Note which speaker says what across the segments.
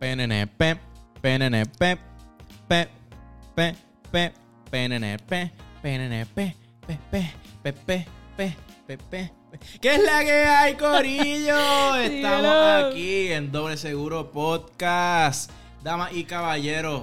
Speaker 1: PNNP, PNNP, P, P, P, PNNP, PNNP, P, P, P, P, P, P, P. ¿Qué es la que hay, Corillo? Estamos
Speaker 2: Dígalo.
Speaker 1: aquí en Doble Seguro Podcast. Damas y caballeros,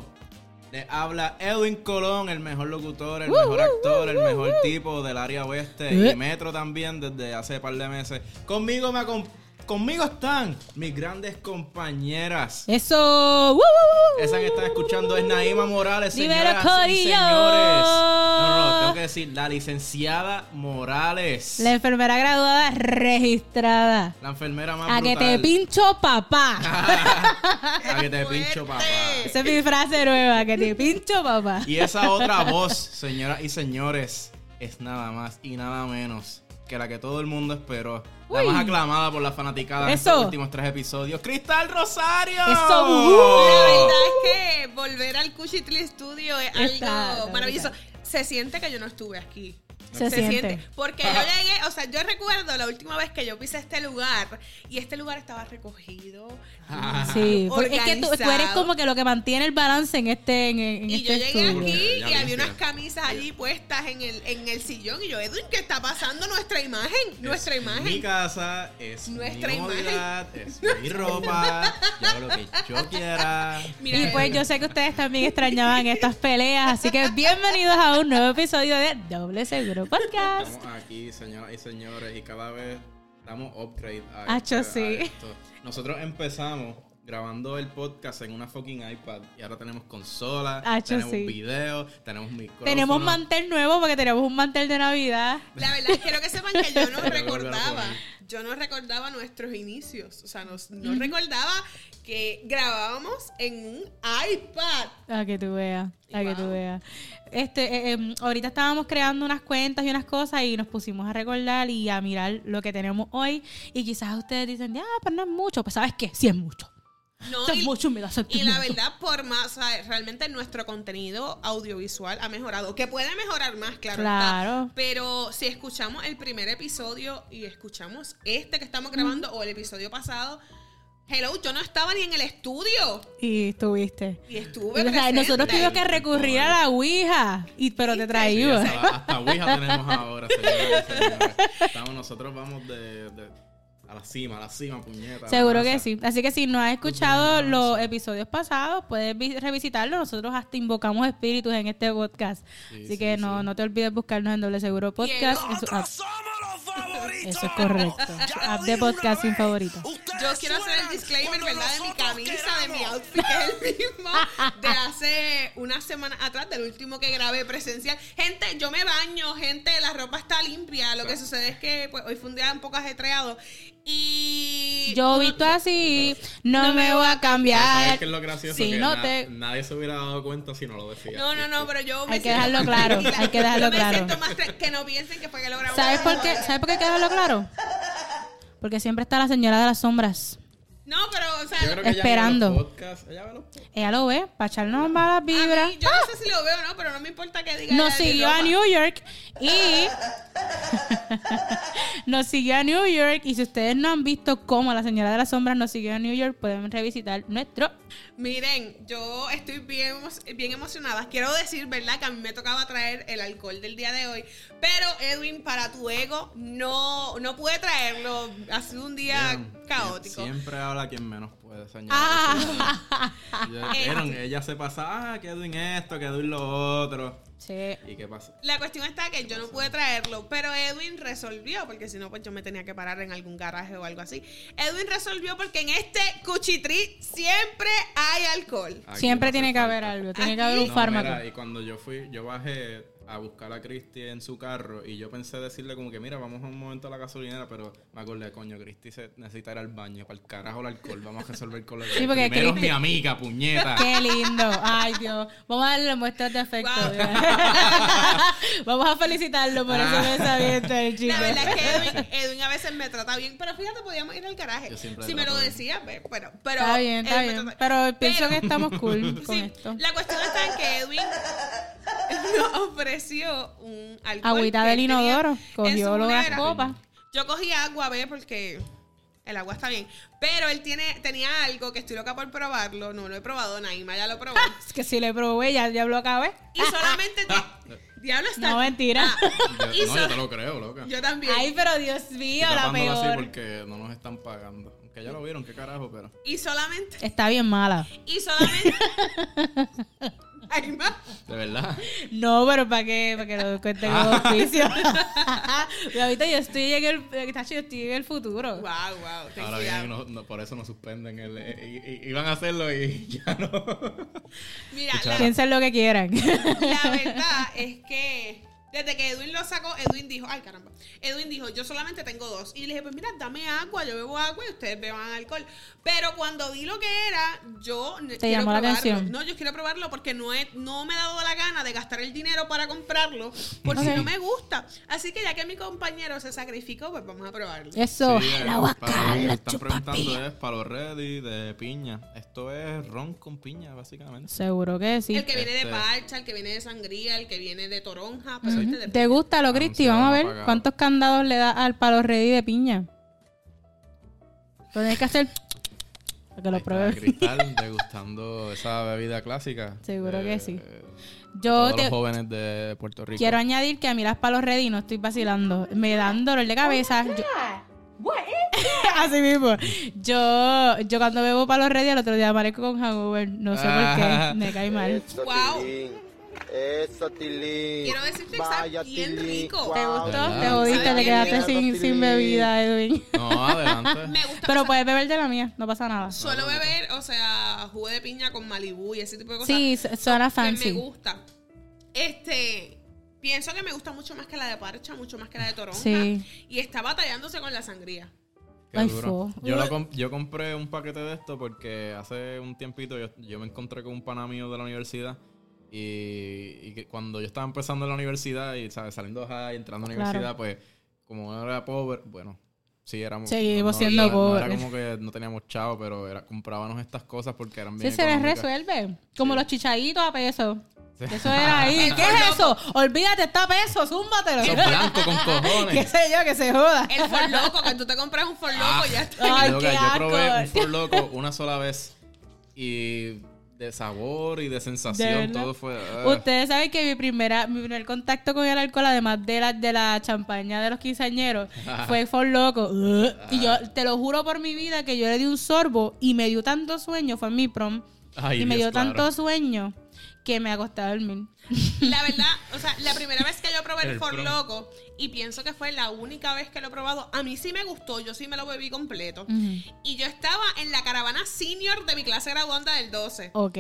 Speaker 1: les habla Edwin Colón, el mejor locutor, el mejor actor, el mejor tipo del área oeste y
Speaker 2: Eh.
Speaker 1: metro también desde hace par de meses. Conmigo me acom- Conmigo están mis grandes compañeras.
Speaker 2: Eso. ¡Woo, woo, woo!
Speaker 1: Esa que están escuchando es Naima Morales,
Speaker 2: Dímelo,
Speaker 1: señoras y
Speaker 2: corillo.
Speaker 1: señores. No, no, no, tengo que decir, la licenciada Morales.
Speaker 2: La enfermera graduada registrada.
Speaker 1: la enfermera
Speaker 3: Ah,
Speaker 1: más
Speaker 2: A que te
Speaker 1: brutal.
Speaker 2: pincho papá.
Speaker 1: A que te pincho, papá.
Speaker 2: Esa es mi frase nueva, a que te pincho papá.
Speaker 1: Y esa otra voz, señoras y señores, es nada más y nada menos que la que todo el mundo esperó. La
Speaker 2: Uy.
Speaker 1: más aclamada por la fanaticada en
Speaker 2: Eso.
Speaker 1: estos últimos tres episodios. ¡Cristal Rosario!
Speaker 2: Eso,
Speaker 3: La verdad
Speaker 2: uh.
Speaker 3: es que volver al Cuchitli Studio es
Speaker 2: Está,
Speaker 3: algo
Speaker 2: está,
Speaker 3: maravilloso.
Speaker 2: está.
Speaker 3: Se siente que yo no estuve aquí.
Speaker 2: Se siente.
Speaker 3: Porque yo llegué, o sea, yo recuerdo la última vez que yo pisé este lugar y este lugar estaba recogido.
Speaker 1: Ah,
Speaker 2: Sí, porque es que tú, tú eres
Speaker 3: Organizado.
Speaker 2: como que lo que mantiene el balance en este en, en
Speaker 3: Y yo
Speaker 2: este
Speaker 3: llegué
Speaker 2: estudio.
Speaker 3: aquí
Speaker 1: Ya
Speaker 3: y había
Speaker 1: limpia.
Speaker 3: unas camisas allí puestas en el, en el sillón. Y yo, Edwin, ¿qué está pasando? Nuestra imagen, nuestra
Speaker 1: Es Mi
Speaker 3: imagen.
Speaker 1: casa es
Speaker 3: Nuestra
Speaker 1: mi
Speaker 3: imagen.
Speaker 1: comodidad, es mi ropa, yo hago lo que yo quiera.
Speaker 3: Mira,
Speaker 2: y pues
Speaker 3: eh,
Speaker 2: yo sé que ustedes también extrañaban estas peleas, así que bienvenidos a un nuevo episodio de Doble Seguro Podcast.
Speaker 1: Estamos aquí, señoras y señores, y cada vez damos upgrade a, este,
Speaker 2: Hacho,
Speaker 1: a
Speaker 2: sí.
Speaker 1: esto. Nosotros empezamos grabando el podcast en una fucking iPad y ahora tenemos consola,
Speaker 2: Hacho,
Speaker 1: tenemos
Speaker 2: sí.
Speaker 1: video, tenemos micrófono.
Speaker 2: Tenemos mantel nuevo porque tenemos un mantel de Navidad.
Speaker 3: La verdad es que quiero que sepan que yo
Speaker 1: Voy a
Speaker 3: no
Speaker 1: volver a
Speaker 3: recordaba,
Speaker 1: poner.
Speaker 3: yo no recordaba nuestros inicios, o sea, no, no recordaba que grabábamos en un iPad.
Speaker 2: A que tú veas, a que tú
Speaker 3: Wow.
Speaker 2: veas. Este, eh, em, ahorita estábamos creando unas cuentas y unas cosas y nos pusimos a recordar y a mirar lo que tenemos hoy. Y quizás ustedes dicen, ya, pero no es mucho. Pues ¿sabes qué? Sí es mucho.
Speaker 3: No,
Speaker 2: Sí es
Speaker 3: y,
Speaker 2: mucho, me da
Speaker 3: y la
Speaker 2: sentimiento.
Speaker 3: verdad, por más, o sea, realmente nuestro contenido audiovisual ha mejorado, que puede mejorar más, claro. está.
Speaker 2: Claro.
Speaker 3: Pero si escuchamos el primer episodio y escuchamos este que estamos grabando o el episodio pasado, hello, yo no estaba ni en el estudio
Speaker 2: Y estuviste.
Speaker 3: y
Speaker 2: O
Speaker 3: estuve
Speaker 2: sea, nosotros
Speaker 3: presente.
Speaker 2: tuvimos que recurrir a la Ouija, y, pero te
Speaker 1: Sí,
Speaker 2: traímos.
Speaker 1: hasta, hasta Ouija tenemos ahora, señoras y señores. Estamos, nosotros vamos de, de- a la cima, a la cima, puñeta.
Speaker 2: Seguro que
Speaker 1: abraza.
Speaker 2: sí. Así que si no has escuchado los episodios pasados, puedes vi- revisitarlo. Nosotros hasta invocamos espíritus en este podcast.
Speaker 1: Sí,
Speaker 2: Así
Speaker 1: sí,
Speaker 2: que no,
Speaker 1: sí.
Speaker 2: no te olvides buscarnos en Doble Seguro Podcast. En su ah, app. Eso es correcto. App de podcasting favorita.
Speaker 3: Yo quiero hacer el disclaimer, ¿verdad? De mi camisa, de mi outfit, que es el mismo de hace una semana atrás, del último que grabé presencial. Gente, yo me baño, gente, la ropa está limpia. Lo que sucede es que pues, hoy fue un día un poco ajetreado. Y.
Speaker 2: Yo visto así, no me voy a
Speaker 1: ¿Sabes
Speaker 2: cambiar.
Speaker 1: qué es lo gracioso?
Speaker 2: Ah, Si
Speaker 1: que
Speaker 2: no
Speaker 1: na-
Speaker 2: te...
Speaker 1: nadie se hubiera dado cuenta si no lo decía. Este,
Speaker 3: No, no, no, pero yo me
Speaker 2: Hay que
Speaker 3: siento
Speaker 2: dejarlo
Speaker 3: más
Speaker 2: claro,
Speaker 3: tranquila.
Speaker 2: hay que dejarlo
Speaker 3: Yo me
Speaker 2: claro.
Speaker 3: siento más tra- que no piensen que fue que lo grabamos.
Speaker 2: ¿Sabes por qué? ¿Sabes por qué hay que dejarlo claro? Porque siempre está la señora de las sombras.
Speaker 3: No, pero, o sea,
Speaker 1: Yo creo que ella
Speaker 2: Esperando.
Speaker 1: ve los podcasts, ella ve los podcasts.
Speaker 2: Ella lo ve, para echarnos malas
Speaker 3: a mí,
Speaker 2: vibras.
Speaker 3: yo no sé si lo veo o no, pero no me importa que diga.
Speaker 2: nos
Speaker 3: la de mi
Speaker 2: siguió a
Speaker 3: ropa.
Speaker 2: New York y nos siguió a New York y si ustedes no han visto cómo la señora de las sombras nos siguió a New York pueden revisitar nuestro
Speaker 3: Miren, yo estoy bien, emo- bien emocionada. Quiero decir, ¿verdad? Que a mí me tocaba traer el alcohol del día de hoy. Pero, Edwin, para tu ego, no, no pude traerlo. Ha sido un día
Speaker 1: Vieron,
Speaker 3: caótico.
Speaker 1: Siempre habla quien menos puede, señor.
Speaker 2: ah
Speaker 1: Vieron, ella se pasa, ah, que Edwin esto, que Edwin lo otro.
Speaker 2: sí
Speaker 1: ¿Y qué pasa?
Speaker 3: La cuestión está que yo no pude traerlo, pero Edwin resolvió, porque si no, pues yo me tenía que parar en algún garaje o algo así. Edwin resolvió porque en este cuchitrí siempre hay alcohol.
Speaker 1: Aquí
Speaker 2: siempre
Speaker 1: no
Speaker 2: tiene
Speaker 1: hace
Speaker 2: que haber
Speaker 1: falta.
Speaker 2: algo tiene que haber un
Speaker 1: No,
Speaker 2: fármaco
Speaker 1: mira, y cuando yo fui, yo bajé a a buscar a Christy en su carro y yo pensé decirle como que mira, vamos un momento a la gasolinera, pero me acordé, coño, Christy se necesita ir al baño, para el carajo el alcohol, vamos a resolver con la
Speaker 2: Sí, porque
Speaker 1: Primero es
Speaker 2: Christy-
Speaker 1: mi amiga, pues. puñeta.
Speaker 2: Qué lindo. Ay, Dios. Vamos a darle muestras de afecto.
Speaker 3: Wow.
Speaker 2: Vamos a felicitarlo por ese pensamiento, el chico.
Speaker 3: La verdad es que Edwin, Edwin a veces me trata bien, pero fíjate, podíamos ir al garaje.
Speaker 1: Yo siempre
Speaker 3: si
Speaker 1: lo
Speaker 3: me
Speaker 1: trato
Speaker 3: lo
Speaker 1: bien.
Speaker 3: decía, pues, bueno, pero.
Speaker 2: está bien, está
Speaker 3: Edwin me
Speaker 2: bien.
Speaker 3: trata-
Speaker 2: Pero pienso
Speaker 3: Pero-
Speaker 2: que estamos cool con
Speaker 3: Sí,
Speaker 2: esto.
Speaker 3: La cuestión está en que Edwin nos ofreció un alcohol.
Speaker 2: Agüita
Speaker 3: que
Speaker 2: del
Speaker 3: él tenía
Speaker 2: inodoro.
Speaker 3: en su
Speaker 2: Cogió las
Speaker 3: nevera.
Speaker 2: copas.
Speaker 3: Yo cogí agua, ve, porque el agua está bien. Pero él tiene, tenía algo que estoy loca por probarlo. No lo he probado, Naima ya lo probó.
Speaker 2: Es que si le probé, ya, ya lo acabé.
Speaker 3: Y solamente. Diablo está.
Speaker 2: No, mentira.
Speaker 3: Ah, y
Speaker 1: Yo- no, yo
Speaker 3: so-
Speaker 1: te lo creo, loca.
Speaker 3: yo también.
Speaker 2: Ay, pero Dios mío,
Speaker 1: Estoy
Speaker 2: la
Speaker 1: tapándolo así
Speaker 2: peor.
Speaker 1: porque no nos están pagando. Aunque ya lo vieron, qué carajo, pero.
Speaker 3: Y solamente.
Speaker 2: Está bien mala.
Speaker 3: Y solamente. Naima.
Speaker 1: De verdad.
Speaker 2: No, pero ¿para qué? Para que lo cuente con
Speaker 1: Ah.
Speaker 2: auspicio. Pero ahorita yo estoy en el, tacho, yo estoy en el futuro.
Speaker 3: Wow, wow. Ten
Speaker 1: Ahora
Speaker 3: cuidado.
Speaker 1: bien, por eso nos suspenden. El, i- i- iban a hacerlo y ya no.
Speaker 3: Mira,
Speaker 1: Escucha,
Speaker 3: la,
Speaker 2: Piensen lo que quieran.
Speaker 3: La verdad es que desde que Edwin lo sacó, Edwin dijo, ay caramba, Edwin dijo, yo solamente tengo dos. Y le dije, pues mira, dame agua, yo bebo agua y ustedes beban alcohol. Pero cuando vi lo que era, yo ne- quiero
Speaker 2: llamó la
Speaker 3: probarlo.
Speaker 2: atención.
Speaker 3: No, yo quiero probarlo porque no, he- no me he dado la gana de gastar el dinero para comprarlo, por si
Speaker 2: Ok.
Speaker 3: no me gusta. Así que ya que mi compañero se sacrificó, pues vamos a probarlo.
Speaker 2: Eso,
Speaker 1: Sí, eh,
Speaker 2: el
Speaker 1: para lo que
Speaker 2: aguacate,
Speaker 1: están preguntando es palo ready de piña. Esto es ron con piña, básicamente.
Speaker 2: Seguro que sí.
Speaker 3: El que viene de
Speaker 1: Este-
Speaker 3: parcha, el que viene de sangría, el que viene de toronja, pero este de-
Speaker 2: Ujú. ¿Te gusta lo, Cristi?
Speaker 1: Anunciado,
Speaker 2: Vamos a ver
Speaker 1: apagado.
Speaker 2: cuántos candados le da al palo ready de piña. Lo tienes que hacer para que
Speaker 1: Ahí
Speaker 2: lo
Speaker 1: está,
Speaker 2: pruebes.
Speaker 1: Cristal degustando esa bebida clásica.
Speaker 2: Seguro
Speaker 1: de-
Speaker 2: que sí.
Speaker 1: de
Speaker 2: Yo
Speaker 1: todos
Speaker 2: te
Speaker 1: los jóvenes de Puerto Rico.
Speaker 2: quiero añadir que a mí las palos ready no estoy vacilando. Me dan dolor de
Speaker 3: Oh
Speaker 2: cabeza. Yo- Así mismo. Yo, yo cuando bebo palos ready al otro día amanezco con hangover. No sé por qué. Me cae mal.
Speaker 4: Eso,
Speaker 3: Wow.
Speaker 4: Tilín. Eso, Tilín.
Speaker 3: Quiero decirte que está bien rico. ¿Te
Speaker 2: ¿Te
Speaker 4: Wow.
Speaker 2: gustó? Te
Speaker 1: ¿Verdad?
Speaker 2: jodiste, te
Speaker 3: Sabe
Speaker 2: quedaste
Speaker 4: bien
Speaker 2: sin,
Speaker 4: rico.
Speaker 2: sin bebida, Edwin.
Speaker 1: No, adelante.
Speaker 3: Me gusta
Speaker 2: Pero puedes beber de la mía, no pasa nada.
Speaker 3: Suelo beber, o sea, jugo de piña con Malibu y ese tipo de cosas.
Speaker 2: Sí, su- suena
Speaker 3: que pues me
Speaker 2: fancy.
Speaker 3: gusta. Este, pienso que me gusta mucho más que la de parcha, mucho más que la de toronja.
Speaker 2: Sí.
Speaker 3: Y está batallándose con la sangría.
Speaker 1: Qué
Speaker 2: Ay,
Speaker 1: duro.
Speaker 2: fo.
Speaker 1: Yo, lo comp- yo compré un paquete de esto porque hace un tiempito yo, yo me encontré con un pana mío de la universidad y, y que cuando yo estaba empezando en la universidad y ¿sabes? saliendo high, entrando a la
Speaker 2: Claro.
Speaker 1: universidad, pues como no era pobre, bueno, sí éramos...
Speaker 2: Seguimos
Speaker 1: no-
Speaker 2: siendo
Speaker 1: no- no era
Speaker 2: pobres.
Speaker 1: como que no teníamos chavo, pero era, comprábamos estas cosas porque eran
Speaker 2: Sí,
Speaker 1: bien
Speaker 2: se les
Speaker 1: económicas.
Speaker 2: resuelve. Como
Speaker 1: Sí.
Speaker 2: los chichaditos a peso.
Speaker 1: Sí.
Speaker 2: Eso era ahí. ¿Qué es eso? Olvídate, está a peso, zúmbatelo.
Speaker 1: Esos blancos con
Speaker 2: qué
Speaker 1: cojones.
Speaker 2: sé yo, que se joda.
Speaker 3: El for loco, que tú te compras un for loco y ya está.
Speaker 2: Ay,
Speaker 1: Yo,
Speaker 2: qué
Speaker 1: yo probé un
Speaker 2: asco.
Speaker 1: Four Loco una sola vez y de sabor y de
Speaker 2: De
Speaker 1: sensación,
Speaker 2: verdad.
Speaker 1: todo fue... ah.
Speaker 2: Ustedes saben que mi primera mi primer contacto con el alcohol, además de la de la champaña de los quinceañeros, fue For Loco. Ugh. Y yo
Speaker 1: Ah.
Speaker 2: te lo juro por mi vida que yo le di un sorbo y me dio tanto sueño, fue en mi prom,
Speaker 1: Ay,
Speaker 2: y me
Speaker 1: Dios,
Speaker 2: dio
Speaker 1: claro.
Speaker 2: tanto sueño que me acosté a dormir.
Speaker 3: La verdad, o sea, la primera vez que yo probé el,
Speaker 1: El
Speaker 3: for
Speaker 1: prom.
Speaker 3: loco y pienso que fue la única vez que lo he probado, a mí sí me gustó, yo sí me lo bebí completo.
Speaker 2: Mm.
Speaker 3: Y yo estaba en la caravana senior de mi clase graduanda del 12.
Speaker 2: Ok,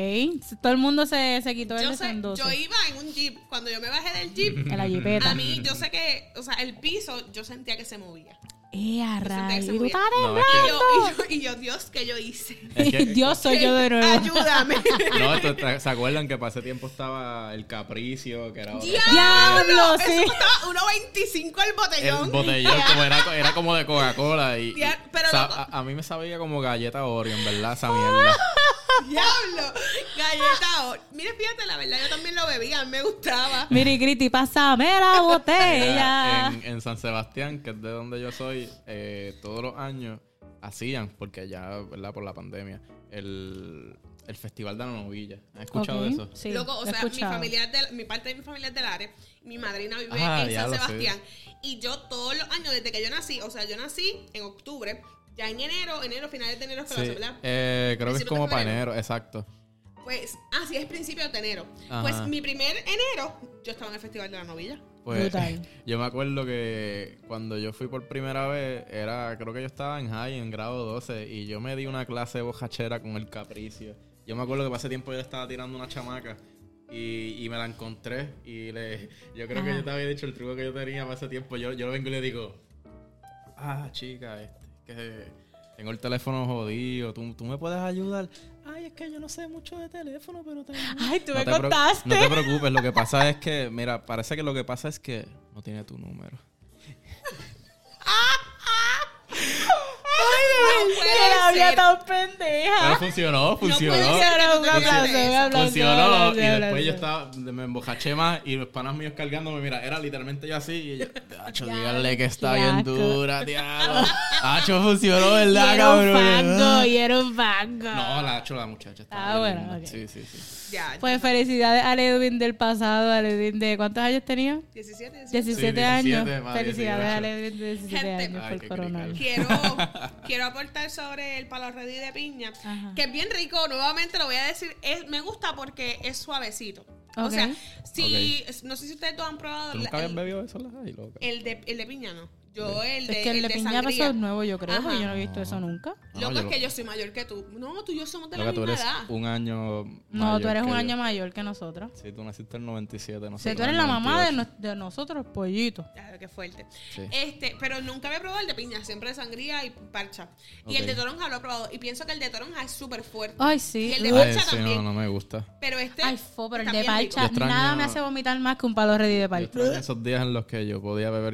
Speaker 2: todo el mundo se, se quitó el
Speaker 3: Yo, sé,
Speaker 2: desendoso.
Speaker 3: yo iba en un jeep. Cuando yo me bajé del jeep,
Speaker 2: En la
Speaker 3: A
Speaker 2: jipeta.
Speaker 3: mí, yo sé que, o sea, el piso, yo sentía que se movía.
Speaker 2: ¡Eh, a rayos!
Speaker 3: se
Speaker 2: ¿Y tú
Speaker 3: movía.
Speaker 2: estás
Speaker 1: No, es
Speaker 3: Y
Speaker 1: que-
Speaker 3: yo, y yo, y yo, Dios, ¿qué yo hice?
Speaker 1: Es que-
Speaker 2: Dios soy yo de nuevo.
Speaker 3: Ayúdame.
Speaker 1: No, esto está- ¿se acuerdan que para ese tiempo estaba el Capricio, que era otro-
Speaker 2: ¡Diablo, sí!
Speaker 3: Eso costaba 1.25 el botellón.
Speaker 1: el botellón, como era, era como de Coca-Cola. Y, y-
Speaker 3: Ya, pero
Speaker 1: sa-
Speaker 3: loco.
Speaker 1: a, a mí me sabía como galleta Oreo, en verdad, esa mierda.
Speaker 3: Diablo. Galleta. o- Mira, fíjate, la verdad, yo también lo bebía, me gustaba.
Speaker 2: Miri Griti, pásame la
Speaker 1: Era
Speaker 2: botella.
Speaker 1: en, en San Sebastián, que es de donde yo soy, eh, todos los años hacían, porque ya, ¿verdad? Por la pandemia, el, el Festival de la Novilla. ¿Has escuchado
Speaker 2: Ok,
Speaker 1: de eso?
Speaker 2: Sí,
Speaker 3: Loco, o
Speaker 2: lo he
Speaker 3: sea, mi,
Speaker 2: escuchado.
Speaker 3: familia es del- mi parte de mi familia es del Ares, mi madrina vive
Speaker 1: Ah,
Speaker 3: en
Speaker 1: diablo,
Speaker 3: San
Speaker 1: sí.
Speaker 3: Sebastián. Y yo todos los años, desde que yo nací, o sea, yo nací en octubre, ya en enero, enero, finales de enero, es que lo
Speaker 1: Sí,
Speaker 3: hacen, ¿verdad?
Speaker 1: eh, creo que es
Speaker 3: Principio de
Speaker 1: como para
Speaker 3: febrero.
Speaker 1: enero, exacto.
Speaker 3: Pues, así es principio de enero.
Speaker 1: Ajá.
Speaker 3: Pues mi primer enero, yo estaba en el Festival de la Novilla.
Speaker 1: Pues,
Speaker 2: Brutal.
Speaker 1: Yo me acuerdo que cuando yo fui por primera vez, era, creo que yo estaba en high, en grado 12, y yo me di una clase bojachera con el capricio. Yo me acuerdo que para ese tiempo yo le estaba tirando una chamaca. Y, y me la encontré. Y le, yo creo que
Speaker 2: Ajá.
Speaker 1: yo te había dicho el truco que yo tenía para ese tiempo. Yo, yo vengo y le digo, ah, chica, este, que tengo el teléfono jodido. ¿Tú, tú me puedes ayudar? Ay, es que yo no sé mucho de teléfono, pero te ayudo".
Speaker 2: Ay, tú me
Speaker 1: te preo-
Speaker 2: contaste.
Speaker 1: no te preocupes, lo que pasa es que, mira, parece que lo que pasa es que no tiene tu número.
Speaker 3: No
Speaker 2: Yo la
Speaker 3: puede
Speaker 2: había
Speaker 3: ser.
Speaker 2: tan pendeja.
Speaker 1: Pero funcionó, funcionó.
Speaker 3: puede ser.
Speaker 2: Ahora un
Speaker 3: No puede ser
Speaker 2: aplauso, un
Speaker 3: eso.
Speaker 2: aplauso, un
Speaker 1: Funcionó
Speaker 2: aplauso,
Speaker 1: y
Speaker 2: un
Speaker 1: después yo
Speaker 2: aplauso.
Speaker 1: estaba, me embojaché más y los panas míos cargándome, mira, era literalmente yo así y yo, Acho, díganle que está
Speaker 2: qué
Speaker 1: bien
Speaker 2: asco".
Speaker 1: dura, diablo. Acho, funcionó,
Speaker 2: Y
Speaker 1: ¿verdad,
Speaker 2: era un
Speaker 1: cabrón?
Speaker 2: fango, y era un fango.
Speaker 1: No, la Acho, la muchacha está
Speaker 2: Ah,
Speaker 1: bien
Speaker 2: bueno,
Speaker 1: linda.
Speaker 2: ok.
Speaker 1: Sí, sí, sí.
Speaker 3: Ya.
Speaker 2: Pues felicidades a Edwin del pasado, a Edwin de ¿cuántos años tenía?
Speaker 3: 17, 18.
Speaker 2: 17,
Speaker 1: 17,
Speaker 2: años.
Speaker 1: más
Speaker 2: Felicidades a
Speaker 1: 18.
Speaker 2: Edwin de 17
Speaker 3: Gente.
Speaker 2: años
Speaker 1: Ay,
Speaker 2: por
Speaker 1: qué
Speaker 2: coronal.
Speaker 1: crical.
Speaker 3: Quiero, quiero aportar sobre el palo ready de piña,
Speaker 2: Ajá.
Speaker 3: que es bien rico, nuevamente lo voy a decir, es, me gusta porque es suavecito. O
Speaker 2: Ok.
Speaker 3: sea, si, no sé si ustedes lo han probado,
Speaker 1: ¿Tú
Speaker 3: la-
Speaker 1: nunca habías
Speaker 3: el-
Speaker 1: bebido eso? la- Ay, loca.
Speaker 2: Eh,
Speaker 3: El de, el de piña no. Yo el de,
Speaker 2: Es que el de piña
Speaker 3: sangría.
Speaker 2: pasó es nuevo, yo creo,
Speaker 3: Ajá.
Speaker 2: porque yo no he visto eso nunca.
Speaker 1: No,
Speaker 3: Loco,
Speaker 1: yo
Speaker 3: es
Speaker 1: lo-
Speaker 3: que yo soy mayor que tú. No, tú y yo somos de la
Speaker 1: Loca, Ah, tú
Speaker 3: misma
Speaker 1: eres
Speaker 3: edad.
Speaker 1: un año
Speaker 2: No, tú
Speaker 1: mayor
Speaker 2: eres
Speaker 1: que
Speaker 2: un
Speaker 1: yo.
Speaker 2: año mayor que nosotros.
Speaker 1: Sí, tú naciste en 97, no
Speaker 2: O
Speaker 1: sé.
Speaker 2: sea, tú eres la mamá de, nos- de nosotros, pollito.
Speaker 3: Claro, qué fuerte.
Speaker 1: Sí.
Speaker 3: Este, pero nunca había probado el de piña, siempre de sangría y parcha. Y el
Speaker 1: Ok.
Speaker 3: de toronja lo he probado. Y pienso que el de toronja es súper fuerte.
Speaker 2: Ay,
Speaker 3: Y
Speaker 2: sí.
Speaker 3: el de
Speaker 1: Ay,
Speaker 3: parcha
Speaker 1: sí, no,
Speaker 3: también.
Speaker 1: no me gusta.
Speaker 3: Pero este.
Speaker 2: Ay, fo, pero el
Speaker 3: está
Speaker 2: de
Speaker 3: bien rico.
Speaker 1: Yo
Speaker 2: parcha,
Speaker 1: extraño-
Speaker 2: nada me hace vomitar más que un palo ready de
Speaker 1: Yo
Speaker 2: parcha.
Speaker 1: extraño esos días en los que yo podía beber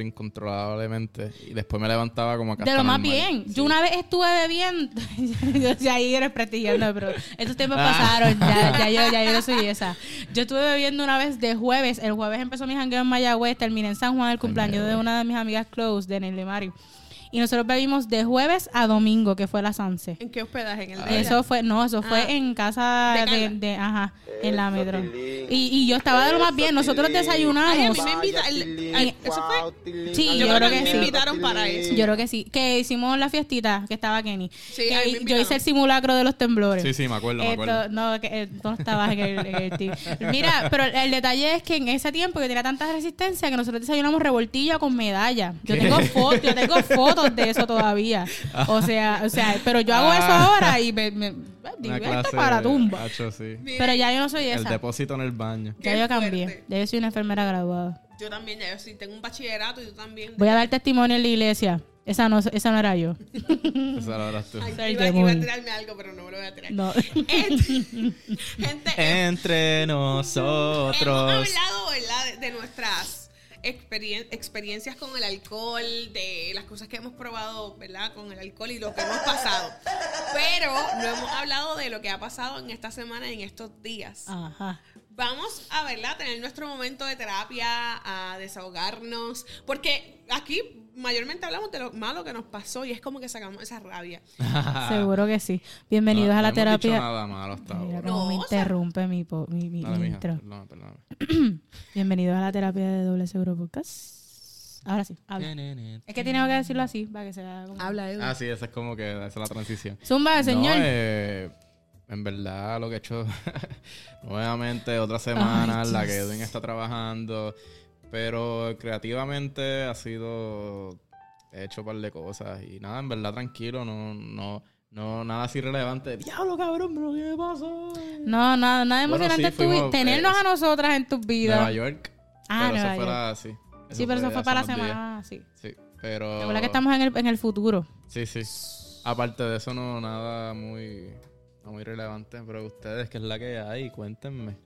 Speaker 1: incontrolablemente y después me levantaba como acá.
Speaker 2: De lo más bien. Yo una vez estuve bebiendo. yo sí, ahí eres prestigiando, pero esos tiempos
Speaker 1: Ah.
Speaker 2: pasaron. Ya, ya yo, ya yo no soy esa. Yo estuve bebiendo una vez de jueves. El jueves empezó mi jangueo en Mayagüez. Terminé en San Juan el cumpleaños de
Speaker 1: mierda.
Speaker 2: una de mis amigas close, de Nelly Mario. Y nosotros bebimos de jueves a domingo, que fue la Sanse.
Speaker 3: ¿En qué hospedaje? En el de
Speaker 2: Eso fue, no, eso fue
Speaker 3: Ah.
Speaker 2: en casa
Speaker 3: De
Speaker 2: de,
Speaker 3: Carla.
Speaker 2: de- ajá, en la
Speaker 4: Eso,
Speaker 2: metro.
Speaker 4: Tilín.
Speaker 2: Y, y yo estaba de lo más bien, nosotros
Speaker 4: Eso, Tilín.
Speaker 3: Ay, a
Speaker 2: desayunamos.
Speaker 3: mí me invita. el-
Speaker 4: Tilín,
Speaker 3: ay, eso fue.
Speaker 4: guau, Tilín.
Speaker 2: Sí,
Speaker 4: Ay,
Speaker 2: yo
Speaker 4: guau,
Speaker 2: creo que
Speaker 4: Tilín,
Speaker 2: sí.
Speaker 4: guau,
Speaker 2: Me
Speaker 3: invitaron para
Speaker 4: Tilín.
Speaker 3: eso.
Speaker 2: Yo creo que sí, que hicimos la fiestita que estaba Kenny.
Speaker 3: Sí,
Speaker 2: Que
Speaker 3: ahí me
Speaker 2: yo
Speaker 3: invitaron.
Speaker 2: hice el simulacro de los temblores.
Speaker 1: Sí, sí, me acuerdo, me
Speaker 2: Esto-
Speaker 1: acuerdo.
Speaker 2: no, que, eh, tú no estabas en el, en el team. Mira, pero el detalle es que en ese tiempo que tenía tanta resistencia que nosotros desayunamos revoltillo con medalla. Yo
Speaker 1: ¿Qué?
Speaker 2: tengo fotos, yo tengo fotos de eso todavía. O sea, o sea, pero yo hago eso
Speaker 1: Ah.
Speaker 2: ahora y me, me-
Speaker 1: Una
Speaker 2: digo, esto
Speaker 1: clase
Speaker 2: para la tumba.
Speaker 1: Hacho, sí.
Speaker 2: Pero ya yo no soy
Speaker 1: El
Speaker 2: esa.
Speaker 1: depósito en el baño.
Speaker 2: Ya
Speaker 3: Qué
Speaker 2: yo cambié.
Speaker 3: fuerte.
Speaker 2: Ya yo soy una enfermera graduada.
Speaker 3: Yo también, ya yo sí, tengo un bachillerato y tú también.
Speaker 2: Voy a dar testimonio en la iglesia. Esa no, esa no era yo. Mm.
Speaker 1: Esa la eras tú.
Speaker 3: Ay,
Speaker 2: Soy
Speaker 3: iba,
Speaker 2: demonio.
Speaker 3: iba a tirarme algo, pero no me lo voy a tirar.
Speaker 2: No.
Speaker 3: Este- gente,
Speaker 1: Eh, Entre nosotros.
Speaker 3: Hemos hablado, ¿verdad? de- De nuestras experien- experiencias con el alcohol, de las cosas que hemos probado, ¿verdad? Con el alcohol y lo que hemos pasado. Pero no hemos hablado de lo que ha pasado en esta semana, en estos días.
Speaker 2: Ajá.
Speaker 3: Vamos a, ¿verdad? Tener nuestro momento de terapia, a desahogarnos, porque aquí mayormente hablamos de lo malo que nos pasó y es como que sacamos esa rabia.
Speaker 2: Seguro que sí. Bienvenidos
Speaker 1: Ah. No,
Speaker 2: a la
Speaker 1: no hemos dicho
Speaker 2: terapia.
Speaker 1: nada malo hasta
Speaker 2: Mira
Speaker 1: ahora.
Speaker 2: cómo
Speaker 3: No,
Speaker 2: me
Speaker 3: o sea-
Speaker 2: interrumpe mi, po- mi, mi-
Speaker 1: Dale,
Speaker 2: mi
Speaker 1: mija.
Speaker 2: intro.
Speaker 1: Perdón, perdón.
Speaker 2: Bienvenidos a la terapia de Doble Seguro Podcast. Ahora sí, habla. Es que tengo que decirlo así para que sea como...
Speaker 3: Habla,
Speaker 1: Ah, sí, esa es como que esa es la transición.
Speaker 2: Zumba, Ah, señor.
Speaker 1: No, eh, en verdad, lo que he hecho nuevamente otra semana en la que Edwin está trabajando. Pero creativamente ha sido. He hecho un par de cosas. Y nada, en verdad, tranquilo, no, no, no nada así relevante. Diablo, cabrón, pero ¿qué me pasó?
Speaker 2: No, nada, nada
Speaker 1: Bueno,
Speaker 2: emocionante
Speaker 1: sí, fuimos,
Speaker 2: tuvi- tenernos
Speaker 1: eh,
Speaker 2: a nosotras en tus
Speaker 1: Nueva
Speaker 2: vidas.
Speaker 1: York.
Speaker 2: Ah,
Speaker 1: pero
Speaker 2: Nueva
Speaker 1: eso fue
Speaker 2: York.
Speaker 1: la. Sí,
Speaker 2: Sí, pero eso fue
Speaker 1: hace
Speaker 2: para la
Speaker 1: unos días.
Speaker 2: semana, sí.
Speaker 1: Sí, pero.
Speaker 2: Recuerda que estamos en el, en el futuro.
Speaker 1: Sí, sí. Aparte de eso, no nada muy, no muy relevante. Pero ustedes, que es la que hay, cuéntenme.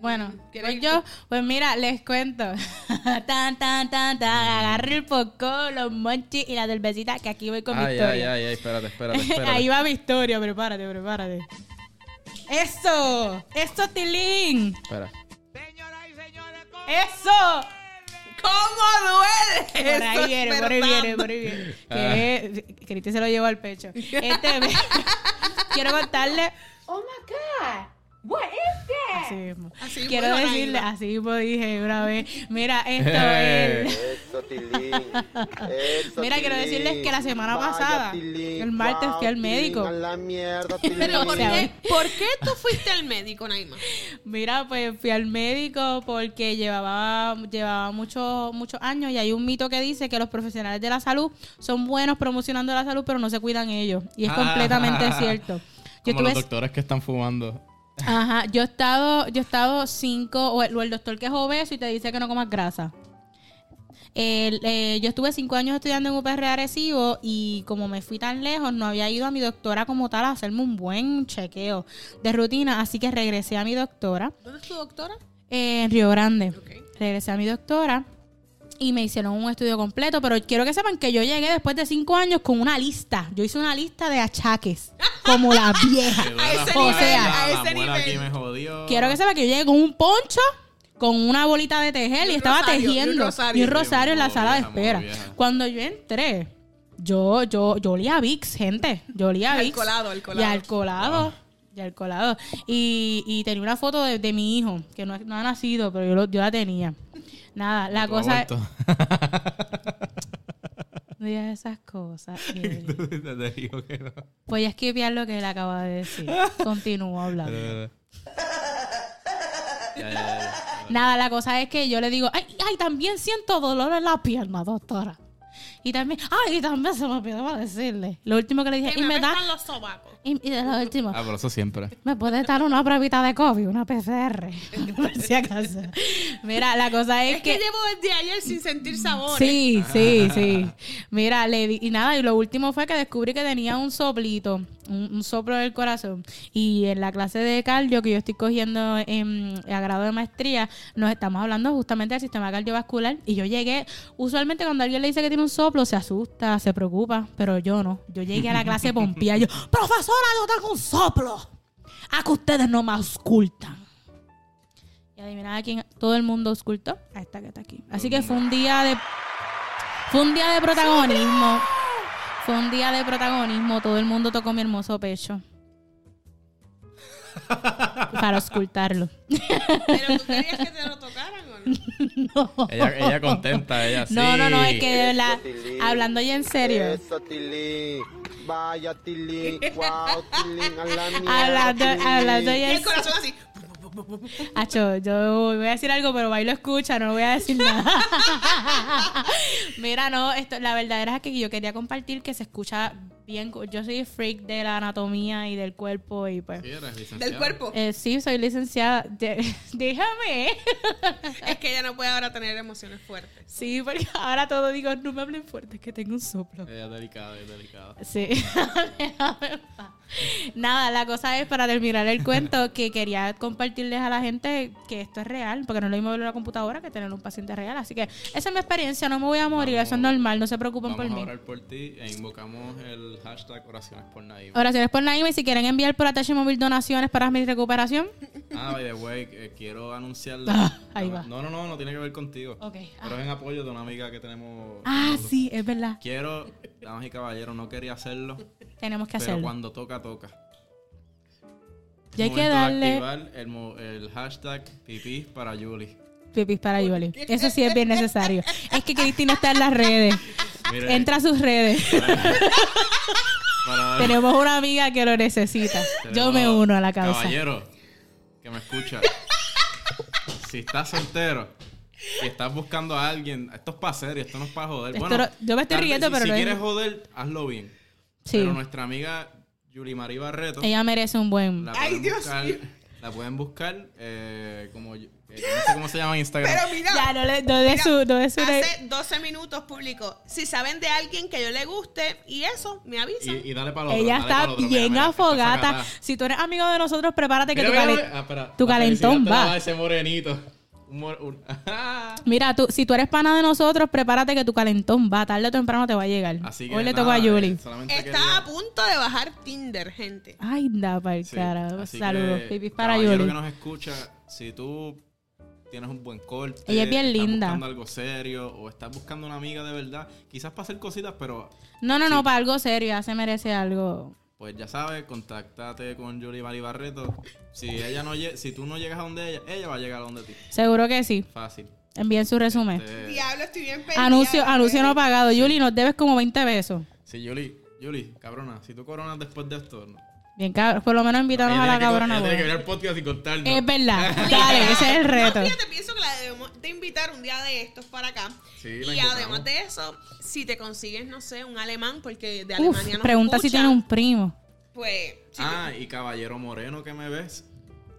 Speaker 2: Bueno,
Speaker 3: ¿Quieres
Speaker 2: pues
Speaker 3: ir
Speaker 2: yo, pues mira, les cuento. tan, tan, tan, tan. Agarré el poco, los monchis y la cervecita que aquí voy con mi
Speaker 1: ay,
Speaker 2: historia.
Speaker 1: ay, ay, ay, espérate, espérate, espérate.
Speaker 2: Ahí va mi historia, prepárate, prepárate. ¡Eso! ¡Eso, Tilín!
Speaker 1: Espera.
Speaker 2: ¡Eso!
Speaker 3: ¿Cómo
Speaker 2: Por
Speaker 3: duele? Eso
Speaker 2: ahí
Speaker 3: es
Speaker 2: viene, por ahí
Speaker 3: verdad.
Speaker 2: viene, por ahí viene.
Speaker 1: Ah.
Speaker 2: Que Cristi se lo llevó al pecho. Este, me- quiero contarle. Oh my God, what is that? Así mismo.
Speaker 3: Así mismo
Speaker 2: quiero
Speaker 3: dijo Naila.
Speaker 2: decirle, así mismo dije una vez. Mira, esto
Speaker 1: Eh.
Speaker 2: es.
Speaker 4: Eso, Tilín. Eso,
Speaker 2: Mira, quiero
Speaker 4: Tilín.
Speaker 2: decirles que la semana
Speaker 4: Vaya,
Speaker 2: pasada,
Speaker 4: Tilín.
Speaker 2: el martes fui al
Speaker 4: Guau,
Speaker 2: médico.
Speaker 4: Tilín, a la mierda,
Speaker 3: Pero
Speaker 4: Tilín.
Speaker 3: ¿por qué, ¿por qué tú fuiste al médico, Naima?
Speaker 2: Mira, pues fui al médico porque llevaba, llevaba muchos, muchos años y hay un mito que dice que los profesionales de la salud son buenos promocionando la salud, pero no se cuidan ellos. Y es completamente cierto.
Speaker 1: Ah.
Speaker 2: Yo
Speaker 1: Como los
Speaker 2: estuve
Speaker 1: doctores que están fumando.
Speaker 2: Ajá, yo he estado, yo he estado cinco, o el, o el doctor que es obeso y te dice que no comas grasa. El, eh, yo estuve cinco años estudiando en UPR Arecibo y como me fui tan lejos, no había ido a mi doctora como tal a hacerme un buen chequeo de rutina, así que regresé a mi doctora
Speaker 3: ¿Dónde es tu doctora?
Speaker 2: eh, en Río Grande.
Speaker 3: Ok.
Speaker 2: Regresé a mi doctora y me hicieron un estudio completo, pero quiero que sepan que yo llegué después de cinco años con una lista. Yo hice una lista de achaques, como la vieja.
Speaker 3: A ese
Speaker 2: O
Speaker 3: nivel,
Speaker 2: sea,
Speaker 3: a ese
Speaker 1: la muela
Speaker 3: nivel.
Speaker 1: aquí me jodió.
Speaker 2: Quiero que sepa que yo llegué con un poncho, con una bolita de tejer y,
Speaker 3: Y un
Speaker 2: estaba
Speaker 3: rosario,
Speaker 2: tejiendo.
Speaker 3: y un rosario.
Speaker 2: Y un rosario en la
Speaker 1: Muy
Speaker 2: sala de
Speaker 1: vieja, muy
Speaker 2: espera.
Speaker 1: vieja.
Speaker 2: Cuando yo entré, yo, yo, yo olía a Vicks, gente. Yo olía a
Speaker 3: Y al
Speaker 2: Vicks.
Speaker 3: colado, al colado.
Speaker 2: Y al colado. Y al colado. Y, y tenía una foto de, de mi hijo, que no, no ha nacido, pero yo, lo- yo la tenía. Nada, la
Speaker 1: Todo
Speaker 2: cosa
Speaker 1: aborto.
Speaker 2: No digas esas cosas. Gabriel.
Speaker 1: Te digo que no.
Speaker 2: Voy a esquipear lo que él acaba de decir. Continúo hablando.
Speaker 1: Ya, ya, ya.
Speaker 2: Nada, la cosa es que yo le digo, ay, ay, también siento dolor en la pierna, doctora. Y también, ay, y también se me olvidó decirle. Lo último que le dije,
Speaker 3: Que
Speaker 2: y
Speaker 3: me
Speaker 2: me da,
Speaker 3: apestan los sobacos.
Speaker 2: y, y de lo último,
Speaker 1: Ah, por eso siempre.
Speaker 2: me puede dar una pruebita de COVID, una PCR, por si acaso. Mira, la cosa es,
Speaker 3: Es que llevo desde ayer sin sentir sabores.
Speaker 2: Sí, sí, sí. Mira, le di, y nada, y lo último fue que descubrí que tenía un soplito, un, un soplo del corazón. Y en la clase de cardio que yo estoy cogiendo en, a grado de maestría, nos estamos hablando justamente del sistema cardiovascular. Y yo llegué, usualmente cuando alguien le dice que tiene un soplo, se asusta, se preocupa, pero yo no. Yo llegué a la clase pompía, yo, profesora, yo tengo un soplo. A que ustedes no me auscultan. Y adivinad a quién todo el mundo auscultó. A esta que está aquí. Así que fue un día de. Fue un día de protagonismo. Fue un día de protagonismo. Todo el mundo tocó mi hermoso pecho. Para auscultarlo.
Speaker 3: Pero tú querías que te lo tocaran o no.
Speaker 1: Ella, ella contenta, ella sí.
Speaker 2: No, no, no, es que de verdad.
Speaker 4: Tilín.
Speaker 2: Hablando ya en serio.
Speaker 4: Eso, Tilín. Vaya, Tilín. Wow, Tilín. A la mierda,
Speaker 2: Hablando,
Speaker 4: Tilín.
Speaker 2: hablando
Speaker 3: Y
Speaker 2: ya en
Speaker 3: el
Speaker 2: serio.
Speaker 3: corazón así.
Speaker 2: Acho, yo voy a decir algo, pero Bailo escucha, no voy a decir nada. Mira, no, esto, la verdadera es que yo quería compartir que se escucha bien. co- Yo soy freak de la anatomía y del cuerpo y pues...
Speaker 1: Sí, eres licenciada.
Speaker 3: Del cuerpo.
Speaker 2: Eh, sí, soy licenciada. de- déjame.
Speaker 3: Es que ella no puede ahora tener emociones fuertes.
Speaker 2: Sí, porque ahora todo digo, no me hablen fuerte, que tengo un soplo.
Speaker 1: Ella es delicada, es delicada.
Speaker 2: Sí. Déjame en paz. Nada, la cosa es para terminar el cuento que quería compartirles a la gente que esto es real, porque no es lo mismo verlo en la computadora que tener un paciente real. Así que esa es mi experiencia, no me voy a morir,
Speaker 1: Vamos.
Speaker 2: eso es normal, no se preocupen
Speaker 1: Vamos
Speaker 2: por
Speaker 1: a
Speaker 2: mí.
Speaker 1: orar por ti e invocamos el hashtag oraciones por Naim.
Speaker 2: Oraciones por Naime, si quieren enviar por Atache Móvil donaciones para mi recuperación.
Speaker 1: Ah, by the way, eh, quiero anunciarle.
Speaker 2: Ah, ahí va.
Speaker 1: No, no, no, no tiene que ver contigo.
Speaker 2: Ok.
Speaker 1: Pero es en apoyo de una amiga que tenemos.
Speaker 2: Ah,
Speaker 1: nosotros.
Speaker 2: sí, es verdad.
Speaker 1: Quiero, damas y caballeros, no quería hacerlo,
Speaker 2: Tenemos que
Speaker 1: pero
Speaker 2: hacerlo.
Speaker 1: cuando toca, toca.
Speaker 2: Y hay
Speaker 1: Momento
Speaker 2: que
Speaker 1: de
Speaker 2: darle
Speaker 1: activar el, mo- el hashtag pipí para Julie.
Speaker 2: pipis para Yoli. Eso sí es bien necesario. Es que Cristina está en las redes.
Speaker 1: Mira,
Speaker 2: Entra a sus redes.
Speaker 1: para-
Speaker 2: Tenemos una amiga que lo necesita. Yo me uno a la causa.
Speaker 1: Caballero, que me escucha. si estás soltero y estás buscando a alguien, esto es para serio, esto no es para joder.
Speaker 2: Esto
Speaker 1: Bueno,
Speaker 2: no- yo me estoy
Speaker 1: tal vez
Speaker 2: riendo,
Speaker 1: si,
Speaker 2: pero
Speaker 1: Si
Speaker 2: no es-
Speaker 1: quieres joder, hazlo bien.
Speaker 2: Sí.
Speaker 1: Pero nuestra amiga Yuli Marie Barreto.
Speaker 2: Ella merece un buen.
Speaker 1: la
Speaker 3: Ay,
Speaker 1: pueden
Speaker 3: Dios
Speaker 1: buscar,
Speaker 3: mío.
Speaker 1: La pueden buscar eh, como. yo- eh, no sé cómo se llama en Instagram.
Speaker 3: Pero mira.
Speaker 2: Ya, no, le, no de
Speaker 3: mira,
Speaker 2: su. No de su
Speaker 3: Hace 12 minutos público. Si saben de alguien que yo le guste y eso, me avisan.
Speaker 1: y, y dale para
Speaker 2: ella está bien afogata. Si tú eres amigo de nosotros, prepárate que tu, calen-
Speaker 1: ah,
Speaker 2: tu calentón va.
Speaker 1: ese morenito. Un mor- un- Ah.
Speaker 2: Mira, tú, si tú eres pana de nosotros, prepárate que tu calentón va. Tarde o temprano te va a llegar.
Speaker 1: Así que
Speaker 2: Hoy le
Speaker 1: nada,
Speaker 2: tocó a
Speaker 1: eh,
Speaker 2: Julie.
Speaker 1: solamente
Speaker 3: Está
Speaker 1: quería-
Speaker 3: a punto de bajar Tinder, gente.
Speaker 2: Ay, anda para el
Speaker 1: Sí,
Speaker 2: carajo. pues,
Speaker 1: así
Speaker 2: Saludos.
Speaker 1: que,
Speaker 2: Pipis para
Speaker 1: caballero
Speaker 2: Julie.
Speaker 1: que nos escucha, si tú tienes un buen corte,
Speaker 2: Ella es bien
Speaker 1: estás
Speaker 2: linda.
Speaker 1: buscando algo serio o estás buscando una amiga de verdad, quizás para hacer cositas, pero
Speaker 2: No, no, no, para algo serio. Ya se merece algo.
Speaker 1: pues ya sabes, contáctate con Julie Mari Barreto. Si ella no lle- si tú no llegas a donde ella, ella va a llegar a donde ti.
Speaker 2: Seguro que sí.
Speaker 1: Fácil.
Speaker 2: Envíen su resumen.
Speaker 1: Este,
Speaker 3: Diablo, estoy bien perdida.
Speaker 2: Anuncio,
Speaker 3: bebé.
Speaker 2: anuncio no pagado. Yuli, nos debes como 20 pesos.
Speaker 1: sí, Julie, Julie, cabrona, si tú coronas después de esto, no.
Speaker 2: Bien, cabrón. Por lo menos invítanos
Speaker 1: Ella
Speaker 2: a la
Speaker 1: tiene que-
Speaker 2: cabrona.
Speaker 1: ella tiene que
Speaker 2: boda.
Speaker 1: ver el podcast y contarnos.
Speaker 2: Es verdad. Dale, ese es el reto.
Speaker 3: No, fíjate, pienso que la debemos de invitar un día de estos para acá.
Speaker 1: Sí, la
Speaker 3: y
Speaker 1: invitamos.
Speaker 3: además de eso, si te consigues, no sé, un alemán, porque de
Speaker 2: Uf,
Speaker 3: Alemania no
Speaker 2: pregunta si tiene un primo.
Speaker 3: Pues, si
Speaker 1: Ah, y caballero moreno que me ves,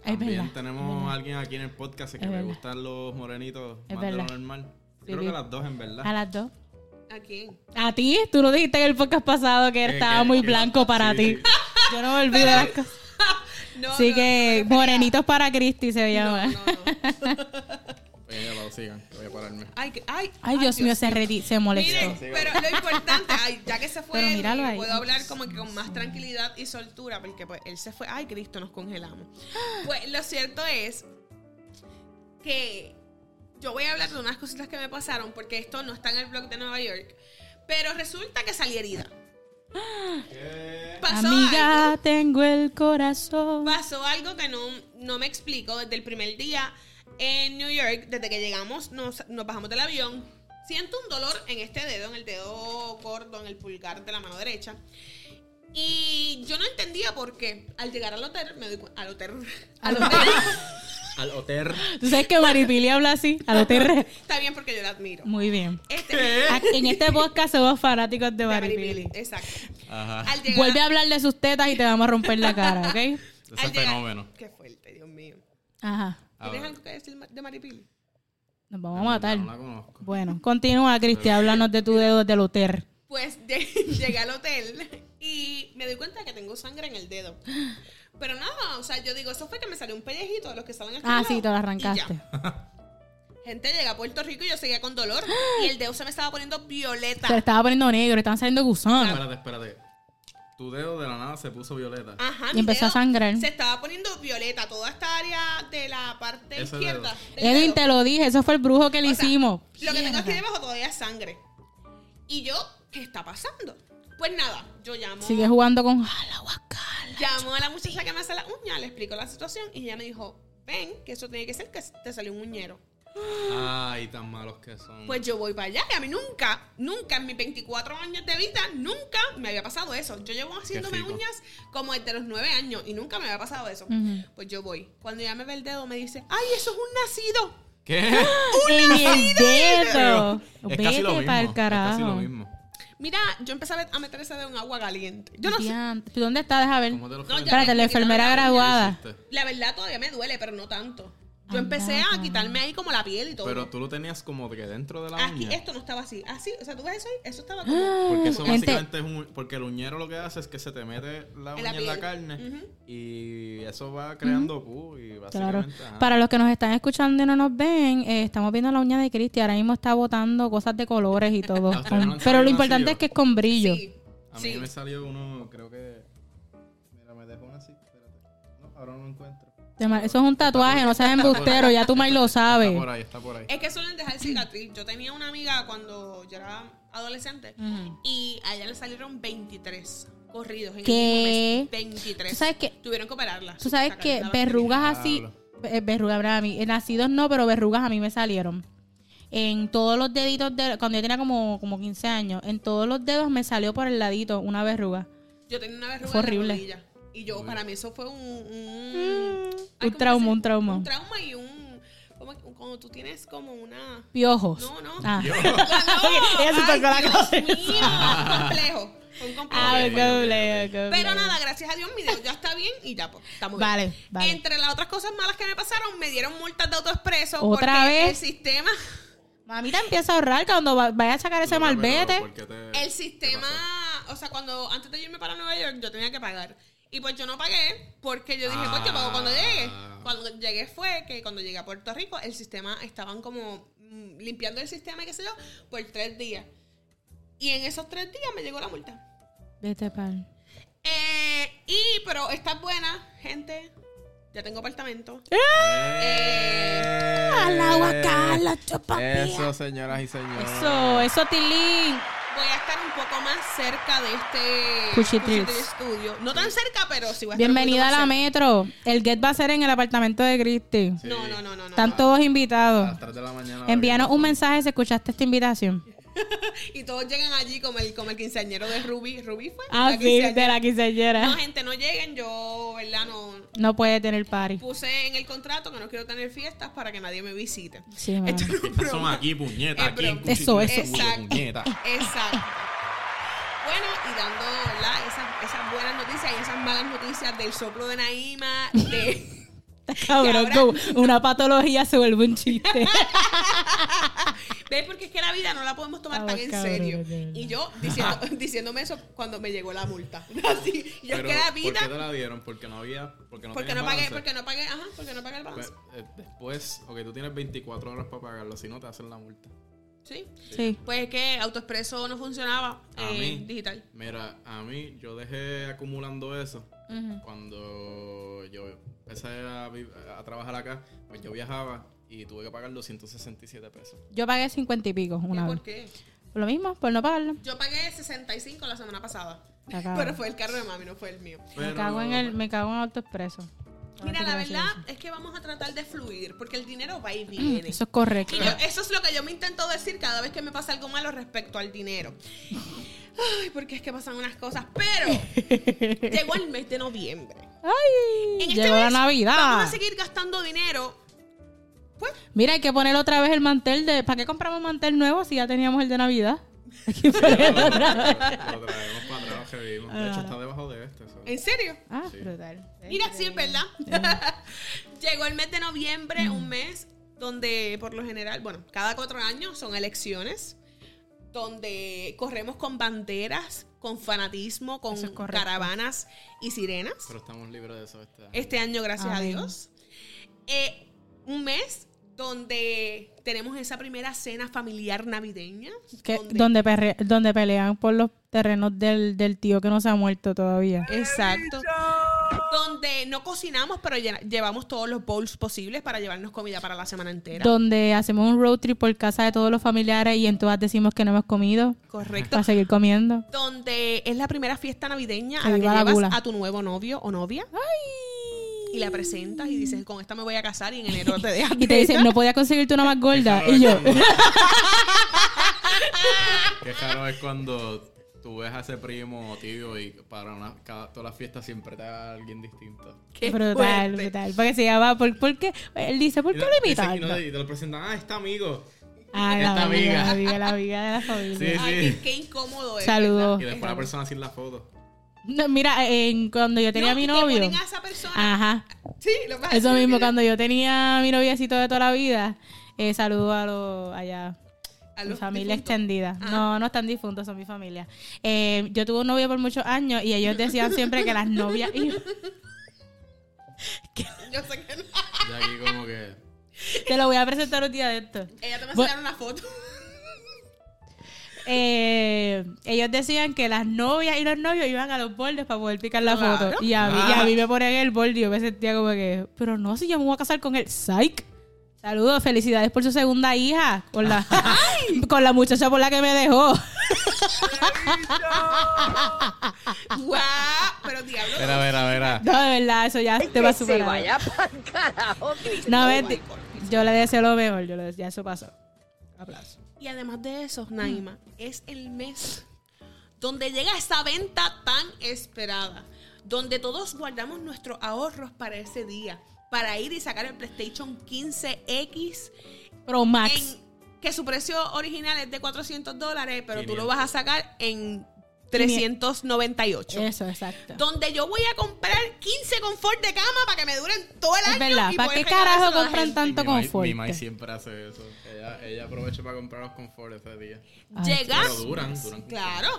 Speaker 1: También
Speaker 2: verdad,
Speaker 1: tenemos
Speaker 2: es verdad.
Speaker 1: a alguien aquí en el podcast que
Speaker 2: Es
Speaker 1: le
Speaker 2: verdad.
Speaker 1: gustan los morenitos
Speaker 2: Es
Speaker 1: más de lo
Speaker 2: verdad.
Speaker 1: normal. Yo
Speaker 2: Sí,
Speaker 1: creo que
Speaker 2: bien.
Speaker 1: a las dos, en verdad.
Speaker 2: A las dos.
Speaker 3: ¿A quién?
Speaker 2: A ti, tú no dijiste en el podcast pasado que él
Speaker 1: Eh,
Speaker 2: estaba
Speaker 1: que-
Speaker 2: muy
Speaker 1: que-
Speaker 2: blanco para
Speaker 1: sí,
Speaker 2: ti.
Speaker 1: sí.
Speaker 2: Yo no me olvido de las cosas.
Speaker 3: No,
Speaker 2: Así
Speaker 3: no,
Speaker 2: que
Speaker 3: no, no,
Speaker 2: morenitos para Cristi se
Speaker 3: no,
Speaker 2: llama.
Speaker 3: no, no.
Speaker 1: Oye, Pues, ya lo sigan, que voy a pararme.
Speaker 3: Ay, que- ay,
Speaker 2: Ay, Dios mío, se, reti- se molestó.
Speaker 3: Miren, pero lo importante, ay, ya que se fue,
Speaker 2: Pero
Speaker 3: él,
Speaker 2: míralo ahí.
Speaker 3: puedo hablar como que con más tranquilidad y soltura, porque pues él se fue, ay Cristo, nos congelamos. Pues lo cierto es que yo voy a hablar de unas cositas que me pasaron, porque esto no está en el blog de Nueva York, pero resulta que salí herida. Pasó
Speaker 2: Amiga,
Speaker 3: algo,
Speaker 2: tengo el corazón.
Speaker 3: pasó algo que no, no me explico desde el primer día en New York, desde que llegamos, nos, nos bajamos del avión. Siento un dolor en este dedo, en el dedo corto, en el pulgar de la mano derecha. Y yo no entendía por qué. Al llegar al hotel, me doy cu- Al hotel. Al hotel.
Speaker 1: Al hotel.
Speaker 2: Tú sabes que Maripili habla así, a lo terre.
Speaker 3: Está bien porque yo la admiro.
Speaker 2: Muy bien.
Speaker 3: Este,
Speaker 2: Aquí- En este podcast somos fanáticos de
Speaker 3: de
Speaker 2: Maripili.
Speaker 3: Maripili, Exacto.
Speaker 1: Ajá.
Speaker 3: Al llegar,
Speaker 2: Vuelve a hablar de sus tetas y te vamos a romper la cara, ¿ok?
Speaker 1: Ese
Speaker 3: al
Speaker 1: es el
Speaker 3: llegar-
Speaker 1: fenómeno.
Speaker 3: Qué fuerte, Dios mío.
Speaker 2: Ajá.
Speaker 1: A
Speaker 3: ¿Tienes
Speaker 1: ver,
Speaker 3: algo que decir ma- de Maripili?
Speaker 2: Nos vamos a matar.
Speaker 1: No la conozco.
Speaker 2: Bueno, continúa, Cristi, háblanos de tu dedo del hotel.
Speaker 3: Pues de- llegué al hotel y me doy cuenta que tengo sangre en el dedo. Pero nada, o sea, yo digo, eso fue que me salió un pellejito de los que estaban aquí.
Speaker 2: Ah, sí, te lo arrancaste.
Speaker 3: Gente, llegué a Puerto Rico y yo seguía con dolor y el dedo se me estaba poniendo violeta.
Speaker 2: Se le estaba poniendo negro, estaban saliendo gusanos.
Speaker 1: Espérate, espérate. Tu dedo de la nada se puso violeta.
Speaker 3: Ajá,
Speaker 2: Y
Speaker 3: mi
Speaker 2: empezó a
Speaker 3: dedo
Speaker 2: sangrar.
Speaker 3: Se estaba poniendo violeta toda esta área de la parte
Speaker 1: Ese
Speaker 3: izquierda.
Speaker 1: dedo.
Speaker 3: del
Speaker 2: Edwin,
Speaker 3: dedo.
Speaker 2: te lo dije, eso fue el brujo que le
Speaker 3: O sea,
Speaker 2: hicimos.
Speaker 3: Lo que tengo aquí
Speaker 2: Mierda.
Speaker 3: debajo todavía es sangre. Y yo, ¿qué está pasando? Pues nada, yo llamo.
Speaker 2: Sigue jugando con Jalawakala.
Speaker 3: Llamó a la muchacha que me hace la uña, le explicó la situación y ella me dijo, ven, que eso tiene que ser que te salió un uñero.
Speaker 1: Ay, tan malos que son.
Speaker 3: Pues yo voy para allá y a mí nunca, nunca en mis 24 años de vida, nunca me había pasado eso. Yo llevo haciéndome
Speaker 1: rico.
Speaker 3: uñas como desde los 9 años y nunca me había pasado eso.
Speaker 2: Ujú.
Speaker 3: Pues yo voy. Cuando ya me ve el dedo me dice, ay, eso es un nacido.
Speaker 1: ¿Qué?
Speaker 2: En el dedo.
Speaker 1: Es casi lo
Speaker 2: Vete
Speaker 1: mismo.
Speaker 2: para el
Speaker 1: Es casi lo
Speaker 2: carajo.
Speaker 1: mismo.
Speaker 3: Mira, yo empecé a, ver- a meter ese dedo en agua caliente. Yo no sé.
Speaker 2: Diantre. ¿Tú dónde estás? Deja ver.
Speaker 1: ¿Cómo te lo
Speaker 3: No, ya-
Speaker 2: Espérate, la enfermera graduada.
Speaker 1: hiciste?
Speaker 3: La verdad todavía me duele, pero no tanto. Yo
Speaker 2: Anda,
Speaker 3: empecé a
Speaker 2: cabrón.
Speaker 3: quitarme ahí como la piel y todo.
Speaker 1: Pero tú lo tenías como que dentro de la
Speaker 3: Aquí,
Speaker 1: uña.
Speaker 3: esto no estaba así. Así, o sea, tú ves eso ahí, eso estaba como...
Speaker 1: Porque eso
Speaker 2: Gente,
Speaker 1: básicamente es un... Porque el uñero lo que hace es que se te mete la
Speaker 3: En
Speaker 1: uña
Speaker 3: la
Speaker 1: en la,
Speaker 3: piel.
Speaker 1: carne
Speaker 3: Ujú.
Speaker 1: y eso va creando pu y
Speaker 2: Claro.
Speaker 1: básicamente... ajá.
Speaker 2: Para los que nos están escuchando y no nos ven, eh, estamos viendo la uña de Cristi. Ahora mismo está botando cosas de colores y todo.
Speaker 1: ustedes no han
Speaker 2: Pero
Speaker 1: salido
Speaker 2: lo importante
Speaker 1: así,
Speaker 2: es que es con brillo.
Speaker 3: Sí.
Speaker 1: A mí
Speaker 3: sí.
Speaker 1: me salió uno, creo que... Mira, me dejó una así. Espérate. No, ahora no lo encuentro.
Speaker 2: Te ma- Eso es un tatuaje, no seas embustero. Ya tú, May, lo
Speaker 1: Está
Speaker 2: sabes.
Speaker 1: por ahí, está por ahí.
Speaker 3: Es que suelen dejar cicatriz. Yo tenía una amiga cuando yo era adolescente
Speaker 2: Ujú.
Speaker 3: y a ella le salieron 23 corridos en
Speaker 2: ¿Qué?
Speaker 3: el mismo mes. 23.
Speaker 2: ¿Tú sabes qué?
Speaker 3: Tuvieron que operarla.
Speaker 2: Tú sabes
Speaker 3: sacarle
Speaker 2: que
Speaker 3: la bacteria.
Speaker 2: verrugas así,
Speaker 1: Diablo.
Speaker 2: eh, verrugas ¿verdad? a mí, eh, nacidos no, pero verrugas a mí me salieron. En todos los deditos, de, cuando yo tenía como, como 15 años, en todos los dedos me salió por el ladito una verruga.
Speaker 3: Yo tenía una verruga
Speaker 2: Fue
Speaker 3: horrible.
Speaker 2: horrible.
Speaker 3: y yo, para mí, eso fue un.
Speaker 2: Mm, un
Speaker 3: Un, ¿cómo que
Speaker 2: trauma,
Speaker 3: se-
Speaker 2: un trauma.
Speaker 3: Un trauma y un. Como, que- cuando tú tienes como una.
Speaker 2: Piojos.
Speaker 3: No, no.
Speaker 2: Ah.
Speaker 3: Ella
Speaker 2: se tocó la
Speaker 3: Dios mío, un complejo. Un complejo.
Speaker 2: Ah,
Speaker 1: Ok,
Speaker 2: ok,
Speaker 1: ok, ok.
Speaker 2: ok, ok.
Speaker 3: Pero nada, gracias a Dios mi dedo ya está bien y ya pues, estamos bien.
Speaker 2: Vale, vale.
Speaker 3: Entre las otras cosas malas que me pasaron, me dieron multas de autoexpreso
Speaker 2: ¿Otra
Speaker 3: porque
Speaker 2: vez?
Speaker 3: el sistema,
Speaker 2: Mamita empieza a ahorrar cuando va- vaya a sacar ese
Speaker 1: Pero,
Speaker 2: malvete.
Speaker 1: ¿por qué te-
Speaker 3: el sistema, o sea, cuando antes de irme para Nueva York yo tenía que pagar. Y pues yo no pagué porque yo dije, pues yo pago cuando llegue.
Speaker 1: Ah.
Speaker 3: Cuando llegué fue que cuando llegué a Puerto Rico el sistema estaban como mm, limpiando el sistema, y qué sé yo, por tres días. Y en esos tres días me llegó la multa.
Speaker 2: Vete pal.
Speaker 3: Eh, y, pero está buena, gente. Ya tengo apartamento.
Speaker 1: ¡Eh!
Speaker 2: Al agua, cala, chupa,
Speaker 1: Eso, señoras y señores.
Speaker 2: Eso, eso, Tilín.
Speaker 3: Voy a estar un poco más cerca de este
Speaker 2: Cuchitril.
Speaker 3: Cuchitril Studio. No tan cerca, pero sí voy a estar
Speaker 2: Bienvenida a la
Speaker 3: mesa.
Speaker 2: metro. El get va a ser en el apartamento de Cristi.
Speaker 1: Sí.
Speaker 3: No, no, no, no. Ah, no.
Speaker 2: Están todos
Speaker 1: A
Speaker 2: invitados.
Speaker 1: las 3 de la mañana.
Speaker 2: Envíanos un
Speaker 1: abrimos.
Speaker 2: mensaje si escuchaste esta invitación.
Speaker 3: Y todos llegan allí como el, como el quinceañero de Ruby. Ruby fue.
Speaker 2: Ah,
Speaker 3: La
Speaker 2: sí,
Speaker 3: quinceañera.
Speaker 2: de la
Speaker 3: No,
Speaker 2: quinceañera.
Speaker 3: gente, no lleguen. Yo, ¿verdad? No.
Speaker 2: No puede tener party.
Speaker 3: Puse en el contrato que no quiero tener fiestas para que nadie me visite.
Speaker 2: Sí, mano.
Speaker 3: Esto no es
Speaker 1: Estas son
Speaker 3: broma.
Speaker 1: aquí, puñeta.
Speaker 3: Es
Speaker 1: Aquí en
Speaker 3: broma.
Speaker 2: Eso,
Speaker 1: Cuchitril
Speaker 3: Eh, eso.
Speaker 1: Studio,
Speaker 3: Exacto.
Speaker 1: Puñeta.
Speaker 3: Exacto. Bueno, y dando ¿verdad? Esas, esas buenas noticias y esas malas noticias del soplo de Naima, de,
Speaker 2: Está cabrón,
Speaker 3: ahora-
Speaker 2: como una patología se vuelve un chiste.
Speaker 3: ¿Ves? Porque es que la vida no la podemos tomar
Speaker 2: Estamos
Speaker 3: tan en
Speaker 2: cabrones,
Speaker 3: serio.
Speaker 2: de verdad.
Speaker 3: Y yo diciendo- diciéndome eso cuando me llegó la multa. Así, yo es
Speaker 1: Pero,
Speaker 3: que la
Speaker 1: ¿Por qué te
Speaker 3: vida.
Speaker 1: la dieron? Porque no había. Porque no,
Speaker 3: Porque
Speaker 1: tenías
Speaker 3: no pagué,
Speaker 1: balance.
Speaker 3: porque no pagué, ajá, porque no pagué el balance.
Speaker 1: Pues, eh, después, ok, tú tienes 24 horas para pagarlo, si no te hacen la multa.
Speaker 3: Sí.
Speaker 2: Sí.
Speaker 3: Pues es que AutoExpreso no funcionaba
Speaker 1: A
Speaker 3: eh,
Speaker 1: mí.
Speaker 3: digital.
Speaker 1: Mira, a mí yo dejé acumulando eso
Speaker 2: Ujú.
Speaker 1: cuando yo empecé a, vi- a trabajar acá, pues yo viajaba y tuve que pagar 267 pesos.
Speaker 2: Yo pagué 50 y pico una
Speaker 3: ¿Y
Speaker 2: vez.
Speaker 3: ¿Por qué?
Speaker 2: Lo mismo, por no pagarlo.
Speaker 3: Yo pagué 65 la semana pasada.
Speaker 2: Está cabrón.
Speaker 3: Pero fue el carro de mami, no fue el mío.
Speaker 2: Me
Speaker 1: Pero-
Speaker 2: cago en el, me cago en autoexpreso.
Speaker 3: Mira, la
Speaker 2: Ahora te voy a
Speaker 3: verdad
Speaker 2: decir
Speaker 3: es que vamos a tratar de fluir, porque el dinero va y
Speaker 2: eso. Mm,
Speaker 3: viene.
Speaker 2: Eso es correcto.
Speaker 3: Y yo- eh, eso es lo que yo me intento decir cada vez que me pasa algo malo respecto al dinero. Ay, porque es que pasan unas cosas. Pero llegó el mes de noviembre.
Speaker 2: Ay,
Speaker 3: En este
Speaker 2: llegó la
Speaker 3: mes Vamos
Speaker 2: Navidad.
Speaker 3: a seguir gastando dinero. Pues,
Speaker 2: Mira, hay que poner otra vez el mantel de. ¿Para qué compramos mantel nuevo si ya teníamos el de Navidad? Hay que ponerlo
Speaker 1: Lo
Speaker 2: otra
Speaker 1: traemos
Speaker 2: vez.
Speaker 1: para atrás, que vivimos. De hecho, está debajo de este. eso.
Speaker 3: ¿en serio?
Speaker 2: Ah,
Speaker 1: Sí.
Speaker 2: brutal.
Speaker 3: Mira, sí, es verdad. Llegó el mes de
Speaker 2: Mm.
Speaker 3: noviembre, un mes donde por lo general, bueno, cada cuatro años son elecciones, donde corremos con banderas, con fanatismo, con
Speaker 2: Eso es correcto.
Speaker 3: caravanas y sirenas.
Speaker 1: Pero estamos libres de eso este año.
Speaker 3: Este año, gracias
Speaker 2: Amén.
Speaker 3: a Dios. Eh, un mes donde tenemos esa primera cena familiar navideña.
Speaker 2: Que-
Speaker 3: donde-
Speaker 2: donde, perre- donde pelean por los terrenos del, del tío que no se ha muerto todavía.
Speaker 3: Exacto. Donde no cocinamos, pero llena- llevamos todos los bowls posibles para llevarnos comida para la semana entera.
Speaker 2: Donde hacemos un road trip por casa de todos los familiares y en todas decimos que no hemos comido.
Speaker 3: Correcto.
Speaker 2: Para seguir comiendo.
Speaker 3: donde es la primera fiesta navideña
Speaker 2: Que
Speaker 3: a la que
Speaker 2: viva la
Speaker 3: llevas
Speaker 2: gula.
Speaker 3: a tu nuevo novio o novia y la presentas y dices, con esta me voy a casar y en enero te dejas.
Speaker 2: Y te dicen, no podía conseguirte una más gorda.
Speaker 1: Qué
Speaker 2: Y yo,
Speaker 1: caro es cuando- Qué caro es cuando tú ves a ese primo o tío y para una, cada, todas las fiestas siempre te da alguien distinto.
Speaker 3: Qué
Speaker 2: brutal,
Speaker 3: fuerte.
Speaker 2: brutal. Porque se llama, ¿por, por qué? Él dice, ¿por
Speaker 1: Y
Speaker 2: qué
Speaker 1: la-
Speaker 2: lo
Speaker 1: dicen- y no
Speaker 2: invitaron?
Speaker 1: te- Y te lo presentan, ah, está amigo.
Speaker 2: Ah, la
Speaker 1: Esta
Speaker 2: amiga,
Speaker 1: amiga.
Speaker 2: la amiga, la amiga de la familia.
Speaker 1: Sí,
Speaker 3: Ay,
Speaker 1: sí.
Speaker 3: qué, qué incómodo es.
Speaker 2: Saludos.
Speaker 1: Y después la persona sin la foto.
Speaker 2: No, mira, en- cuando yo tenía a mi novio.
Speaker 3: a esa persona.
Speaker 2: Ajá.
Speaker 3: Sí, lo más
Speaker 2: Eso mismo, cuando yo tenía a mi noviecito de toda la vida, eh, saludo a los allá.
Speaker 3: A
Speaker 2: mi
Speaker 3: los
Speaker 2: familia
Speaker 3: difuntos.
Speaker 2: extendida.
Speaker 3: Ah.
Speaker 2: No, no están difuntos, son mi familia. Eh, yo tuve un novio por muchos años y ellos decían siempre que las novias. y yo,
Speaker 3: Yo sé que no.
Speaker 1: De aquí como que.
Speaker 2: te lo voy a presentar un día de esto.
Speaker 3: Ella te va a
Speaker 2: Bu-
Speaker 3: enseñar una foto.
Speaker 2: Eh, ellos decían que las novias y los novios iban a los bordes para poder picar la
Speaker 3: Claro. Ah.
Speaker 2: foto. Y a, mí, y a mí me ponían el borde y yo me sentía como que, pero no, si yo me voy a casar con él. Psych. Saludos, felicidades por su segunda hija. Con la, con la muchacha por la que me dejó.
Speaker 3: ¡Guau! Pero diablo.
Speaker 1: Espera, verá, verá.
Speaker 2: No, de verdad, eso ya te va a superar. No,
Speaker 3: oh
Speaker 2: vete. Yo le deseo lo mejor, yo le deseo, ya eso pasó. Aplauso.
Speaker 3: Y además de eso,
Speaker 2: Mm.
Speaker 3: Naima, es el mes donde llega esa venta tan esperada, donde todos guardamos nuestros ahorros para ese día, para ir y sacar el PlayStation 15X,
Speaker 2: Pro Max.
Speaker 3: en- que su precio original es de 400 dólares, pero tú lo
Speaker 1: 500.
Speaker 3: vas a sacar en 398.
Speaker 2: Eso, exacto.
Speaker 3: Donde yo voy a comprar 15 confort de cama para que me duren todo el
Speaker 2: Es
Speaker 3: año.
Speaker 2: verdad,
Speaker 3: y
Speaker 2: ¿para
Speaker 3: poder
Speaker 2: qué carajo
Speaker 3: regalárselo a la
Speaker 2: compran
Speaker 3: gente.
Speaker 2: tanto
Speaker 1: Mi mai-
Speaker 2: confort?
Speaker 1: Mi mai siempre hace eso. Ella, ella aprovecha para comprar los confort ese día.
Speaker 2: Ay,
Speaker 3: Llega.
Speaker 1: Pero duran, duran.
Speaker 3: Claro.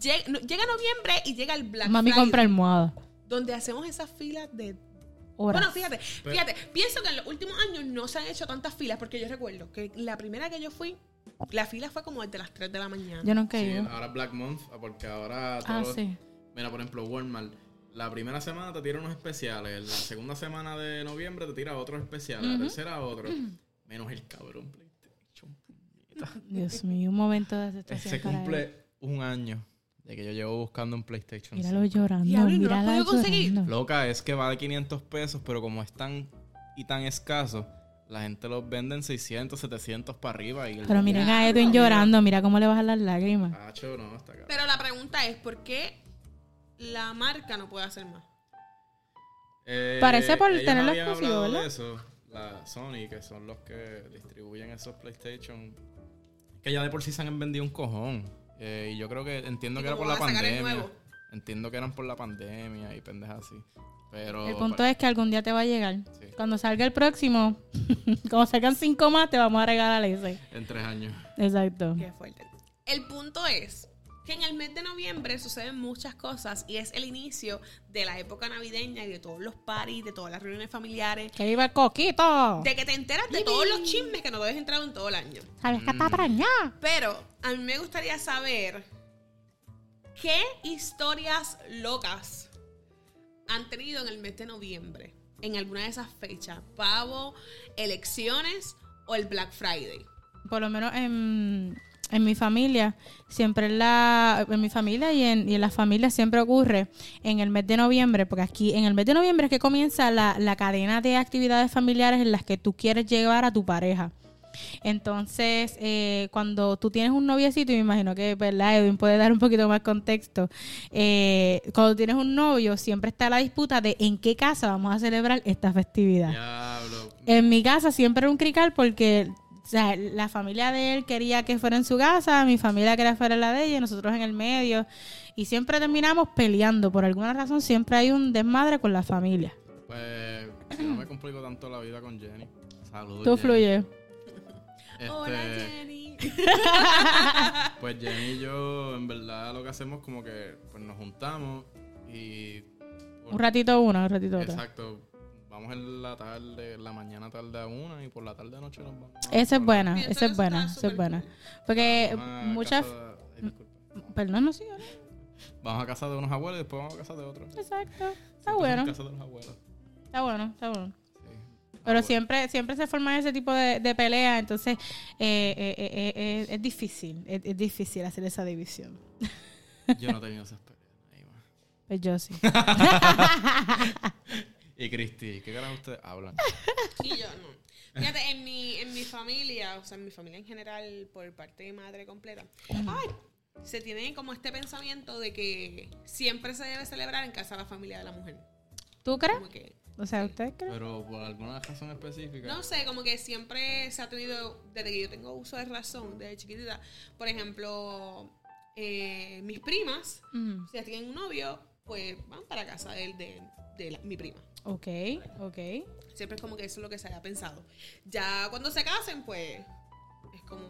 Speaker 3: Llega, no- llega noviembre y llega el Black
Speaker 2: Mami
Speaker 3: Friday,
Speaker 2: compra almohada.
Speaker 3: Donde hacemos esas filas de...
Speaker 2: Horas.
Speaker 3: Bueno, fíjate, fíjate. Pienso que en los últimos años no se han hecho tantas filas porque yo recuerdo que la primera que yo fui, la fila fue como desde las 3 de la mañana.
Speaker 2: yo nunca he
Speaker 1: Sí,
Speaker 2: ido.
Speaker 1: ahora Black Month, porque ahora
Speaker 2: ah,
Speaker 1: todos-
Speaker 2: sí.
Speaker 1: Mira, por ejemplo, Walmart. La primera semana te tira unos especiales. La segunda semana de noviembre te tira otros especiales. La tercera otro. Menos el cabrón PlayStation.
Speaker 2: Dios mío, un momento de aceptación.
Speaker 1: Se
Speaker 2: para
Speaker 1: Este cumple
Speaker 2: él.
Speaker 1: un año de que yo llevo buscando un PlayStation.
Speaker 2: Míralo llorando.
Speaker 3: Diablo, ¿y no lo has
Speaker 2: mírala
Speaker 3: podido conseguir?
Speaker 2: llorando.
Speaker 1: Loca, es que vale 500 pesos, pero como es tan y tan escaso, la gente los vende en 600, 700 para arriba. Y el-
Speaker 2: Pero miren a Edwin llorando, mira cómo le bajan las lágrimas.
Speaker 1: Acho, no, está cabrón.
Speaker 3: Pero la pregunta es, ¿por qué la marca no puede hacer más?
Speaker 1: Eh,
Speaker 2: Parece por
Speaker 1: ellos
Speaker 2: tenerlo
Speaker 1: habían
Speaker 2: exclusivo,
Speaker 1: hablado
Speaker 2: ¿verdad?
Speaker 1: de eso, la Sony, que son los que distribuyen esos PlayStation, que ya de por sí se han vendido un cojón. Eh, y yo creo que entiendo
Speaker 3: ¿Y
Speaker 1: que era
Speaker 3: cómo
Speaker 1: por
Speaker 3: van
Speaker 1: la
Speaker 3: a sacar el
Speaker 1: pandemia.
Speaker 3: nuevo?
Speaker 1: Entiendo que eran por la pandemia y pendejas así. Pero.
Speaker 2: El punto es que algún día te va a llegar.
Speaker 1: Sí.
Speaker 2: Cuando salga el próximo, cuando salgan cinco más, te vamos a regalar ese.
Speaker 1: En tres años.
Speaker 2: Exacto.
Speaker 3: Qué fuerte. El punto es que en el mes de noviembre suceden muchas cosas y es el inicio de la época navideña y de todos los parties, de todas las reuniones familiares,
Speaker 2: ¡Que viva el coquito!
Speaker 3: de que te enteras de todos los chismes que no te habías entrado en todo el año.
Speaker 2: ¿Sabes que está preñada?
Speaker 3: Pero a mí me gustaría saber qué historias locas han tenido en el mes de noviembre, en alguna de esas fechas, pavo, elecciones o el Black Friday.
Speaker 2: Por lo menos en, en mi familia, siempre en la... En mi familia y en, y en las familias siempre ocurre en el mes de noviembre, porque aquí en el mes de noviembre es que comienza la, la cadena de actividades familiares en las que tú quieres llevar a tu pareja. Entonces, eh, cuando tú tienes un noviecito, y me imagino que, ¿verdad? Edwin puede dar un poquito más contexto. Eh, cuando tienes un novio, siempre está la disputa de en qué casa vamos a celebrar esta festividad.
Speaker 1: Diablo.
Speaker 2: En mi casa siempre era un crical porque o sea, la familia de él quería que fuera en su casa, mi familia quería que fuera en la de ella, y nosotros en el medio. Y siempre terminamos peleando. Por alguna razón siempre hay un desmadre con la familia.
Speaker 1: Pues yo no me complico tanto la vida con Jenny. Saludos.
Speaker 2: Tú
Speaker 1: Jenny.
Speaker 2: fluyes.
Speaker 1: Este,
Speaker 3: Hola Jenny.
Speaker 1: Pues Jenny y yo, en verdad, lo que hacemos como que pues, nos juntamos y.
Speaker 2: Un ratito una, un ratito otra.
Speaker 1: Exacto. Vamos en la tarde, en la mañana tarde a una y por la tarde a noche nos vamos.
Speaker 2: Esa es Eh, buena,
Speaker 3: Pienso
Speaker 2: esa
Speaker 3: que
Speaker 2: es
Speaker 3: eso
Speaker 2: buena,
Speaker 3: está
Speaker 2: esa es
Speaker 3: súper
Speaker 2: buena.
Speaker 3: cool.
Speaker 2: Porque
Speaker 1: Vamos a
Speaker 2: muchas...
Speaker 1: casa- ay, disculpa.
Speaker 2: Perdón, no, sí, no.
Speaker 1: Vamos a casa de unos abuelos y después vamos a casa de otros.
Speaker 2: Exacto. Está
Speaker 1: Entonces,
Speaker 2: bueno,
Speaker 1: En casa de los abuelos.
Speaker 2: está bueno, está bueno.
Speaker 1: Sí.
Speaker 2: Pero
Speaker 1: Ah,
Speaker 2: siempre, siempre se forman ese tipo de, de peleas, entonces eh, eh, eh, eh, eh, es difícil, es, es difícil hacer esa división.
Speaker 1: bueno. Yo no he tenido esas peleas. Ahí va.
Speaker 2: Pues yo sí.
Speaker 1: Y Cristi, ¿qué carajo ustedes hablan?
Speaker 3: Y yo no. Fíjate, en mi, en mi familia, o sea, en mi familia en general, por parte de madre completa, ay, se tiene como este pensamiento de que siempre se debe celebrar en casa la familia de la mujer.
Speaker 2: ¿Tú crees?
Speaker 3: Como que,
Speaker 2: O sea, ¿ustedes creen?
Speaker 1: Pero por alguna razón específica.
Speaker 3: no sé, como que siempre se ha tenido, desde que yo tengo uso de razón, desde chiquitita, por ejemplo, eh, mis primas,
Speaker 2: Mm,
Speaker 3: si ellas tienen un novio, pues van para casa de, de, de la- mi prima.
Speaker 2: Ok, ok.
Speaker 3: Siempre es como que eso es lo que se había pensado. Ya cuando se casen, pues, es como...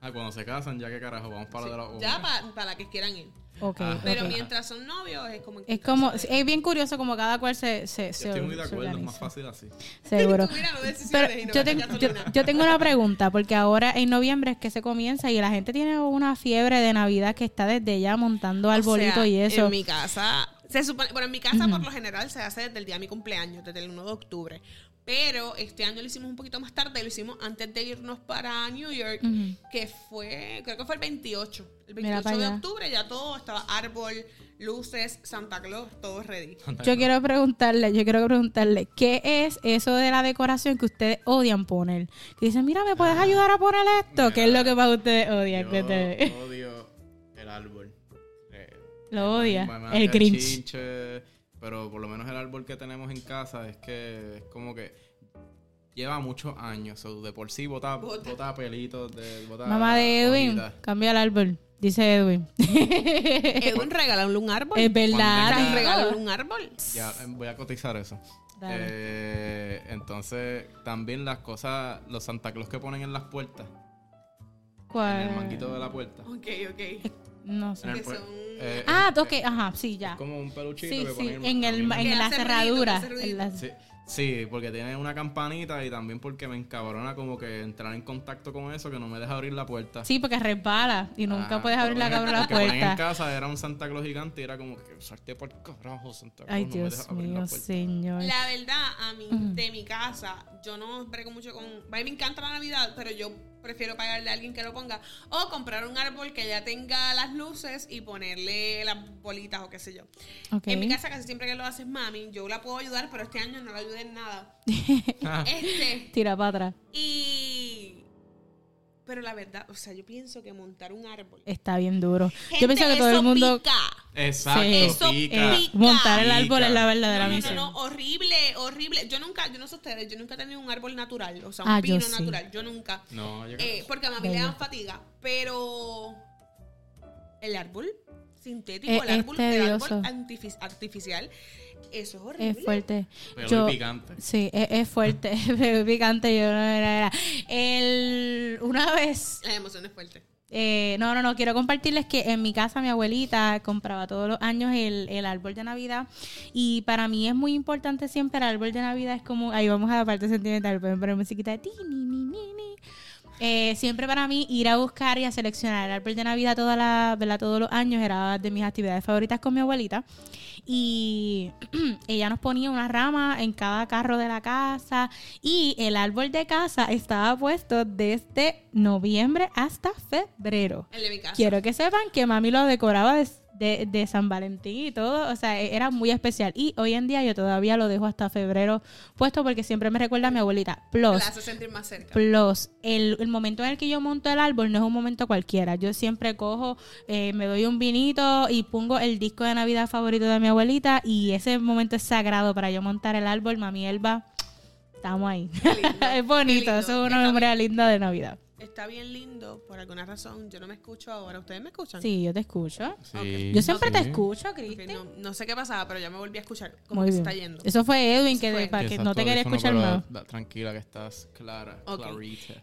Speaker 1: Ah, cuando se casan, ya que carajo, vamos para la de la
Speaker 3: Ya
Speaker 1: obra.
Speaker 3: para la que quieran ir.
Speaker 2: Ok,
Speaker 1: Ah.
Speaker 3: Pero
Speaker 2: ok.
Speaker 3: mientras son novios es como...
Speaker 2: Es como, es bien curioso como cada cual se, se, se,
Speaker 1: Yo estoy muy de
Speaker 2: se
Speaker 1: acuerdo, es más
Speaker 2: organiza.
Speaker 1: fácil así.
Speaker 2: Seguro.
Speaker 3: Tuviera dos decisiones
Speaker 2: Pero
Speaker 3: y no
Speaker 2: yo,
Speaker 3: me
Speaker 2: tengo-
Speaker 3: alcanza
Speaker 2: yo-
Speaker 3: ninguna.
Speaker 2: yo tengo una pregunta, porque ahora en noviembre es que se comienza y la gente tiene una fiebre de Navidad que está desde ya montando arbolito
Speaker 3: O sea,
Speaker 2: y eso.
Speaker 3: En mi casa... Se supone, bueno, en mi casa por lo general se hace desde el día de mi cumpleaños, desde el 1 de octubre. Pero este año lo hicimos un poquito más tarde, lo hicimos antes de irnos para New York,
Speaker 2: Ujú.
Speaker 3: que fue, creo que fue el 28. El
Speaker 2: Mm. Mira
Speaker 3: 28
Speaker 2: para
Speaker 3: de
Speaker 2: allá.
Speaker 3: octubre ya todo estaba árbol, luces, Santa Claus, todo ready.
Speaker 2: Yo quiero preguntarle, yo quiero preguntarle, ¿qué es eso de la decoración que ustedes odian poner? Que dicen, mira, ¿me puedes ayudar a poner esto? ¿Qué es lo que más ustedes odian?
Speaker 1: Ah. Yo
Speaker 2: Que te-
Speaker 1: odio el árbol. Eh,
Speaker 2: Lo odia.
Speaker 1: me mata
Speaker 2: El Grinch.
Speaker 1: chinche, pero por lo menos el árbol que tenemos en casa es que es como que lleva muchos años. so, de por sí bota,
Speaker 3: Bota.
Speaker 1: bota pelitos, de, bota
Speaker 2: Mamá de Edwin,
Speaker 1: hojitas.
Speaker 2: cambia el árbol, dice Edwin.
Speaker 3: Edwin, regálale un árbol.
Speaker 2: es
Speaker 1: Cuando-
Speaker 2: verdad.
Speaker 3: Regálale un árbol.
Speaker 1: Ya, eh, voy a cotizar eso.
Speaker 2: Dale.
Speaker 1: Eh, entonces, también las cosas, los Santa Claus que ponen en las puertas, en el
Speaker 2: ¿Cuál?
Speaker 1: manguito de la puerta.
Speaker 3: Ok, ok.
Speaker 2: No
Speaker 1: En
Speaker 2: sé.
Speaker 1: el
Speaker 3: Oh, Que
Speaker 1: puer-
Speaker 3: son-
Speaker 1: eh,
Speaker 2: Ah,
Speaker 1: eh,
Speaker 2: ok, ajá, sí, ya.
Speaker 1: Como un peluchito
Speaker 2: Sí,
Speaker 1: que
Speaker 2: sí,
Speaker 1: ponen
Speaker 2: en, el,
Speaker 1: también.
Speaker 2: en la
Speaker 3: hace ruidito,
Speaker 2: cerradura.
Speaker 3: que hace
Speaker 2: en
Speaker 3: ruidito.
Speaker 2: la-
Speaker 1: Sí, sí, porque tiene una campanita y también porque me encabrona como que entrar en contacto con eso que no me deja abrir la puerta.
Speaker 2: Sí, porque resbala y nunca
Speaker 1: Ajá,
Speaker 2: puedes abrir
Speaker 1: Ah, pero
Speaker 2: la,
Speaker 1: bueno,
Speaker 2: la
Speaker 1: el que ponen en
Speaker 2: puerta.
Speaker 1: casa era un Santa Claus gigante y era como que salte por el carajo, Santa Claus.
Speaker 2: Ay,
Speaker 1: no me
Speaker 2: Dios
Speaker 1: deja abrir la
Speaker 2: mío,
Speaker 1: puerta".
Speaker 2: señor.
Speaker 3: La verdad, a mí, de mi casa, yo no brego mucho con. A mí me encanta la Navidad, pero yo prefiero pagarle a alguien que lo ponga. O comprar un árbol que ya tenga las luces y ponerle las bolitas o qué sé yo.
Speaker 2: Ok.
Speaker 3: En mi casa, casi siempre que lo haces, mami, yo la puedo ayudar, pero este año no la ayudé en nada.
Speaker 1: Ah,
Speaker 3: Este.
Speaker 2: Tira para atrás.
Speaker 3: Y. Pero la verdad, o sea, yo pienso que montar un árbol.
Speaker 2: Está bien duro.
Speaker 3: Gente,
Speaker 2: Yo pienso que todo
Speaker 3: eso
Speaker 2: el mundo
Speaker 3: pica.
Speaker 1: Exacto,
Speaker 2: Sí.
Speaker 3: Eso
Speaker 1: pica.
Speaker 2: eh,
Speaker 3: pica.
Speaker 2: montar el árbol
Speaker 1: Pica.
Speaker 2: es la verdadera
Speaker 3: no,
Speaker 2: misión.
Speaker 3: No, no, horrible, horrible. Yo nunca, yo no sé ustedes, yo nunca he tenido un árbol natural, o sea, un
Speaker 2: Ah, yo
Speaker 3: pino
Speaker 2: sí.
Speaker 3: natural, yo nunca.
Speaker 1: No, yo creo
Speaker 3: Eh,
Speaker 1: que-
Speaker 3: porque a mí le dan
Speaker 2: Bello.
Speaker 3: fatiga, pero el árbol sintético,
Speaker 2: Es-
Speaker 3: el
Speaker 2: es
Speaker 3: árbol, el árbol
Speaker 2: tedioso.
Speaker 3: antific- artificial. Eso es horrible.
Speaker 2: Es fuerte.
Speaker 1: Pero
Speaker 2: Yo-
Speaker 1: es picante.
Speaker 2: Sí, es, es fuerte, pero es picante. Yo no era, era. El, una vez,
Speaker 3: La emoción es fuerte.
Speaker 2: eh, no, no, no, quiero compartirles que en mi casa mi abuelita compraba todos los años el, el árbol de Navidad y para mí es muy importante siempre el árbol de Navidad. Es como, ahí vamos a la parte sentimental, pueden poner musiquita de ti, ni, ni, ni, ni. Eh, siempre para mí ir a buscar y a seleccionar el árbol de Navidad toda la, ¿verdad? todos los años era de mis actividades favoritas con mi abuelita. Y ella nos ponía una rama en cada carro de la casa y el árbol de casa estaba puesto desde noviembre hasta febrero.
Speaker 3: El de mi casa.
Speaker 2: Quiero que sepan que mami lo decoraba de, de- de San Valentín y todo. O sea, e- era muy especial. Y hoy en día yo todavía lo dejo hasta febrero puesto porque siempre me recuerda a mi abuelita. Plus,
Speaker 3: La hace sentir más cerca.
Speaker 2: Plus, el, el momento en el que yo monto el árbol no es un momento cualquiera. Yo siempre cojo, eh, me doy un vinito y pongo el disco de Navidad favorito de mi abuelita y ese momento es sagrado para yo montar el árbol. Mami Elba, estamos ahí.
Speaker 3: Qué lindo, qué
Speaker 2: es bonito,
Speaker 3: lindo.
Speaker 2: eso es
Speaker 3: Está
Speaker 2: una memoria linda de Navidad.
Speaker 3: Está bien lindo, por alguna razón. Yo no me escucho ahora. ¿Ustedes me escuchan?
Speaker 2: Sí, yo te escucho.
Speaker 1: Sí.
Speaker 3: Ok.
Speaker 2: Yo siempre
Speaker 1: Sí.
Speaker 2: te escucho,
Speaker 3: Ok,
Speaker 2: Cristi.
Speaker 3: no, no sé qué pasaba, pero ya me volví a escuchar. Como
Speaker 2: Muy
Speaker 3: que
Speaker 2: bien.
Speaker 3: se está yendo.
Speaker 2: Eso fue Edwin
Speaker 3: Eso
Speaker 2: que,
Speaker 3: fue.
Speaker 2: para que
Speaker 1: Exacto,
Speaker 2: no te quería
Speaker 1: audífono,
Speaker 2: escuchar
Speaker 1: pero
Speaker 2: más.
Speaker 1: da- Tranquila que estás clara,
Speaker 3: Ok.
Speaker 1: clarita.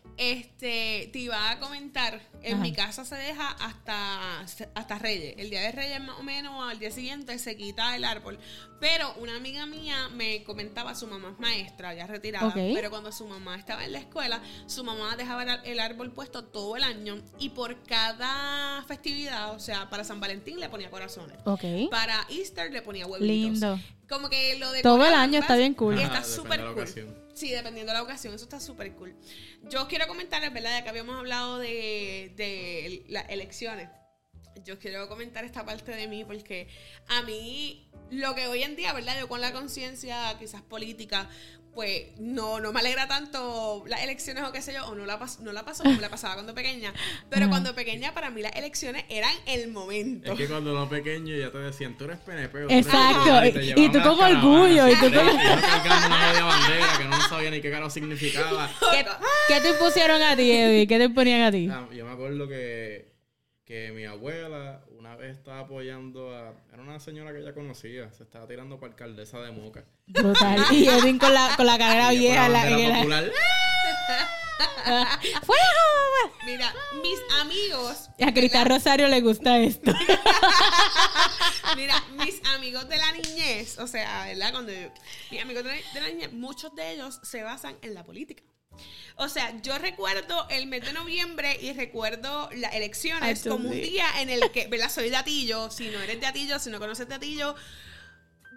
Speaker 3: Este, te iba a comentar, en
Speaker 2: Ajá.
Speaker 3: mi casa se deja hasta, hasta Reyes. El día de Reyes más o menos al día siguiente se quita el árbol. Pero una amiga mía me comentaba, su mamá es maestra, ya retirada,
Speaker 2: Ok.
Speaker 3: pero cuando su mamá estaba en la escuela, su mamá dejaba el ar- el árbol puesto todo el año y por cada festividad, o sea, para San Valentín le ponía corazones.
Speaker 2: Ok.
Speaker 3: Para Easter le ponía huevitos.
Speaker 2: Lindo.
Speaker 3: Como que lo de
Speaker 2: Todo el año está bien cool.
Speaker 3: Y
Speaker 1: Ajá,
Speaker 3: está
Speaker 1: depende
Speaker 3: súper
Speaker 1: de la
Speaker 3: cool.
Speaker 1: ocasión.
Speaker 3: Sí, dependiendo de la ocasión, eso está súper cool. Yo quiero comentarles, ¿verdad? Ya que habíamos hablado de, de las elecciones. Yo quiero comentar esta parte de mí porque a mí, lo que hoy en día, ¿verdad? Yo con la conciencia quizás política, pues no, no me alegra tanto las elecciones o qué sé yo, o no la, pas- no la pasó como la pasaba cuando pequeña. Pero
Speaker 2: Ajá.
Speaker 3: cuando pequeña, para mí las elecciones eran el momento.
Speaker 1: Es que cuando era pequeño ya te decían, tú eres PNP. o
Speaker 2: Exacto,
Speaker 1: tú eres
Speaker 2: y-
Speaker 1: PNP", te
Speaker 2: y tú
Speaker 1: llevaban
Speaker 2: con
Speaker 1: las
Speaker 2: orgullo,
Speaker 1: caravanas,
Speaker 2: y tú
Speaker 1: sí,
Speaker 2: con-
Speaker 1: yo cargando una media bandera que no sabía ni qué caro significaba.
Speaker 2: ¿Qué, qué te pusieron a ti, Edwin? ¿Qué te ponían a ti?
Speaker 1: Ah, Yo me acuerdo que, que mi abuela una vez estaba apoyando a... Era una señora que ella conocía, se estaba tirando para alcaldesa de Moca.
Speaker 2: Brutal. Y Edwin con la, con la carrera
Speaker 1: Y ella
Speaker 2: vieja.
Speaker 1: con
Speaker 2: Ah, La,
Speaker 1: la bandera
Speaker 2: en la-
Speaker 1: popular.
Speaker 2: ¡Fuego!
Speaker 3: Mira, mis amigos
Speaker 2: Y a Cristal Rosario le gusta esto.
Speaker 3: Mira, mis amigos de la niñez, o sea, ¿verdad? Cuando yo- mis amigos de la, de la niñez, muchos de ellos se basan en la política. O sea, yo recuerdo el mes de noviembre y recuerdo las elecciones
Speaker 2: Ay, Dios
Speaker 3: como un
Speaker 2: mío.
Speaker 3: día en el que, ¿verdad? Soy de Atillo, si no eres de Atillo, si no conoces de Atillo,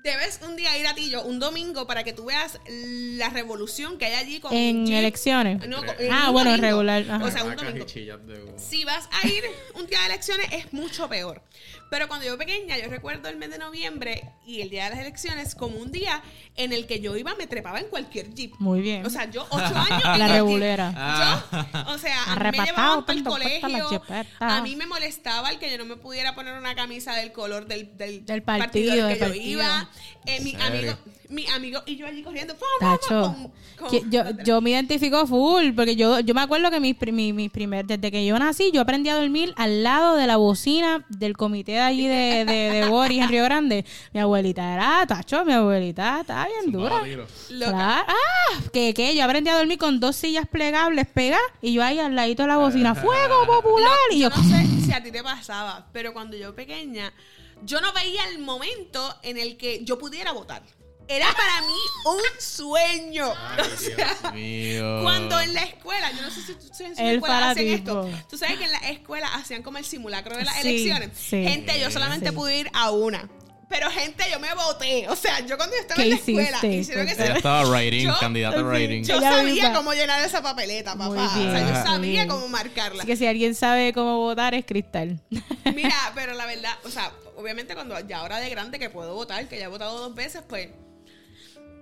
Speaker 3: debes un día ir a Atillo, un domingo, para que tú veas la revolución que hay allí con
Speaker 2: En
Speaker 3: jeep.
Speaker 2: elecciones.
Speaker 3: No, con-
Speaker 1: Ah,
Speaker 3: un
Speaker 2: bueno,
Speaker 3: domingo.
Speaker 2: regular, ajá.
Speaker 3: O sea, un
Speaker 1: Caracas y
Speaker 3: domingo.
Speaker 1: chillas de Hugo.
Speaker 3: Si vas a ir un día de elecciones es mucho peor. Pero cuando yo pequeña, yo recuerdo el mes de noviembre y el día de las elecciones como un día en el que yo iba, me trepaba en cualquier jeep.
Speaker 2: Muy bien.
Speaker 3: O sea, yo ocho años. en
Speaker 2: la
Speaker 3: el jeep.
Speaker 2: regulera.
Speaker 1: Ah.
Speaker 3: Yo, o sea, a mí me
Speaker 2: Arrebatado,
Speaker 3: llevaban para el
Speaker 2: tanto cuesta la
Speaker 3: colegio.
Speaker 2: jipeta.
Speaker 3: A mí me molestaba el que yo no me pudiera poner una camisa del color del, del,
Speaker 2: Del partido,
Speaker 3: al
Speaker 2: del
Speaker 3: que
Speaker 2: partido.
Speaker 3: yo iba. Eh, mi,
Speaker 1: ¿En
Speaker 3: amigo,
Speaker 1: serio?
Speaker 3: mi amigo y yo allí corriendo. ¡fum, fum,
Speaker 2: Tacho,
Speaker 3: fum! con-
Speaker 2: que
Speaker 3: con-
Speaker 2: yo, yo me identifico full, porque yo, yo me acuerdo que mis, pri- mi- mis primer, desde que yo nací, yo aprendí a dormir al lado de la bocina del comité de allí de, de, de Boris en Río Grande. Mi abuelita era, tacho, mi abuelita estaba bien dura.
Speaker 1: Zumbaba tiro.
Speaker 3: Loca.
Speaker 2: Claro. Ah, que que yo aprendí a dormir con dos sillas plegables pegadas y yo ahí al ladito de la bocina, fuego popular.
Speaker 3: Lo-
Speaker 2: y yo,
Speaker 3: yo no sé si a ti te pasaba, pero cuando yo pequeña, yo no veía el momento en el que yo pudiera votar. Era para mí un sueño.
Speaker 1: Ay, Dios mío.
Speaker 3: Cuando en la escuela, yo no sé si tú si en su
Speaker 2: El
Speaker 3: escuela
Speaker 2: fanatismo.
Speaker 3: hacen esto. Tú sabes que en la escuela hacían como el simulacro de las
Speaker 2: Sí,
Speaker 3: elecciones.
Speaker 2: sí.
Speaker 3: gente, yo solamente
Speaker 2: Sí.
Speaker 3: pude ir a una. Pero gente, yo me voté. O sea, yo cuando yo estaba
Speaker 2: ¿Qué
Speaker 3: en la escuela,
Speaker 2: hiciste?
Speaker 3: hicieron ese-
Speaker 1: Ella estaba rating,
Speaker 3: Yo-
Speaker 1: candidata rating.
Speaker 3: yo
Speaker 2: Ella
Speaker 3: sabía
Speaker 2: misma.
Speaker 3: cómo llenar esa papeleta, papá.
Speaker 2: Muy
Speaker 3: O sea,
Speaker 2: bien,
Speaker 3: yo
Speaker 1: muy
Speaker 3: sabía
Speaker 2: bien.
Speaker 3: cómo marcarla.
Speaker 2: así que si alguien sabe cómo votar es Cristal.
Speaker 3: Mira, pero la verdad, o sea, obviamente cuando ya ahora de grande que puedo votar, que ya he votado dos veces, pues.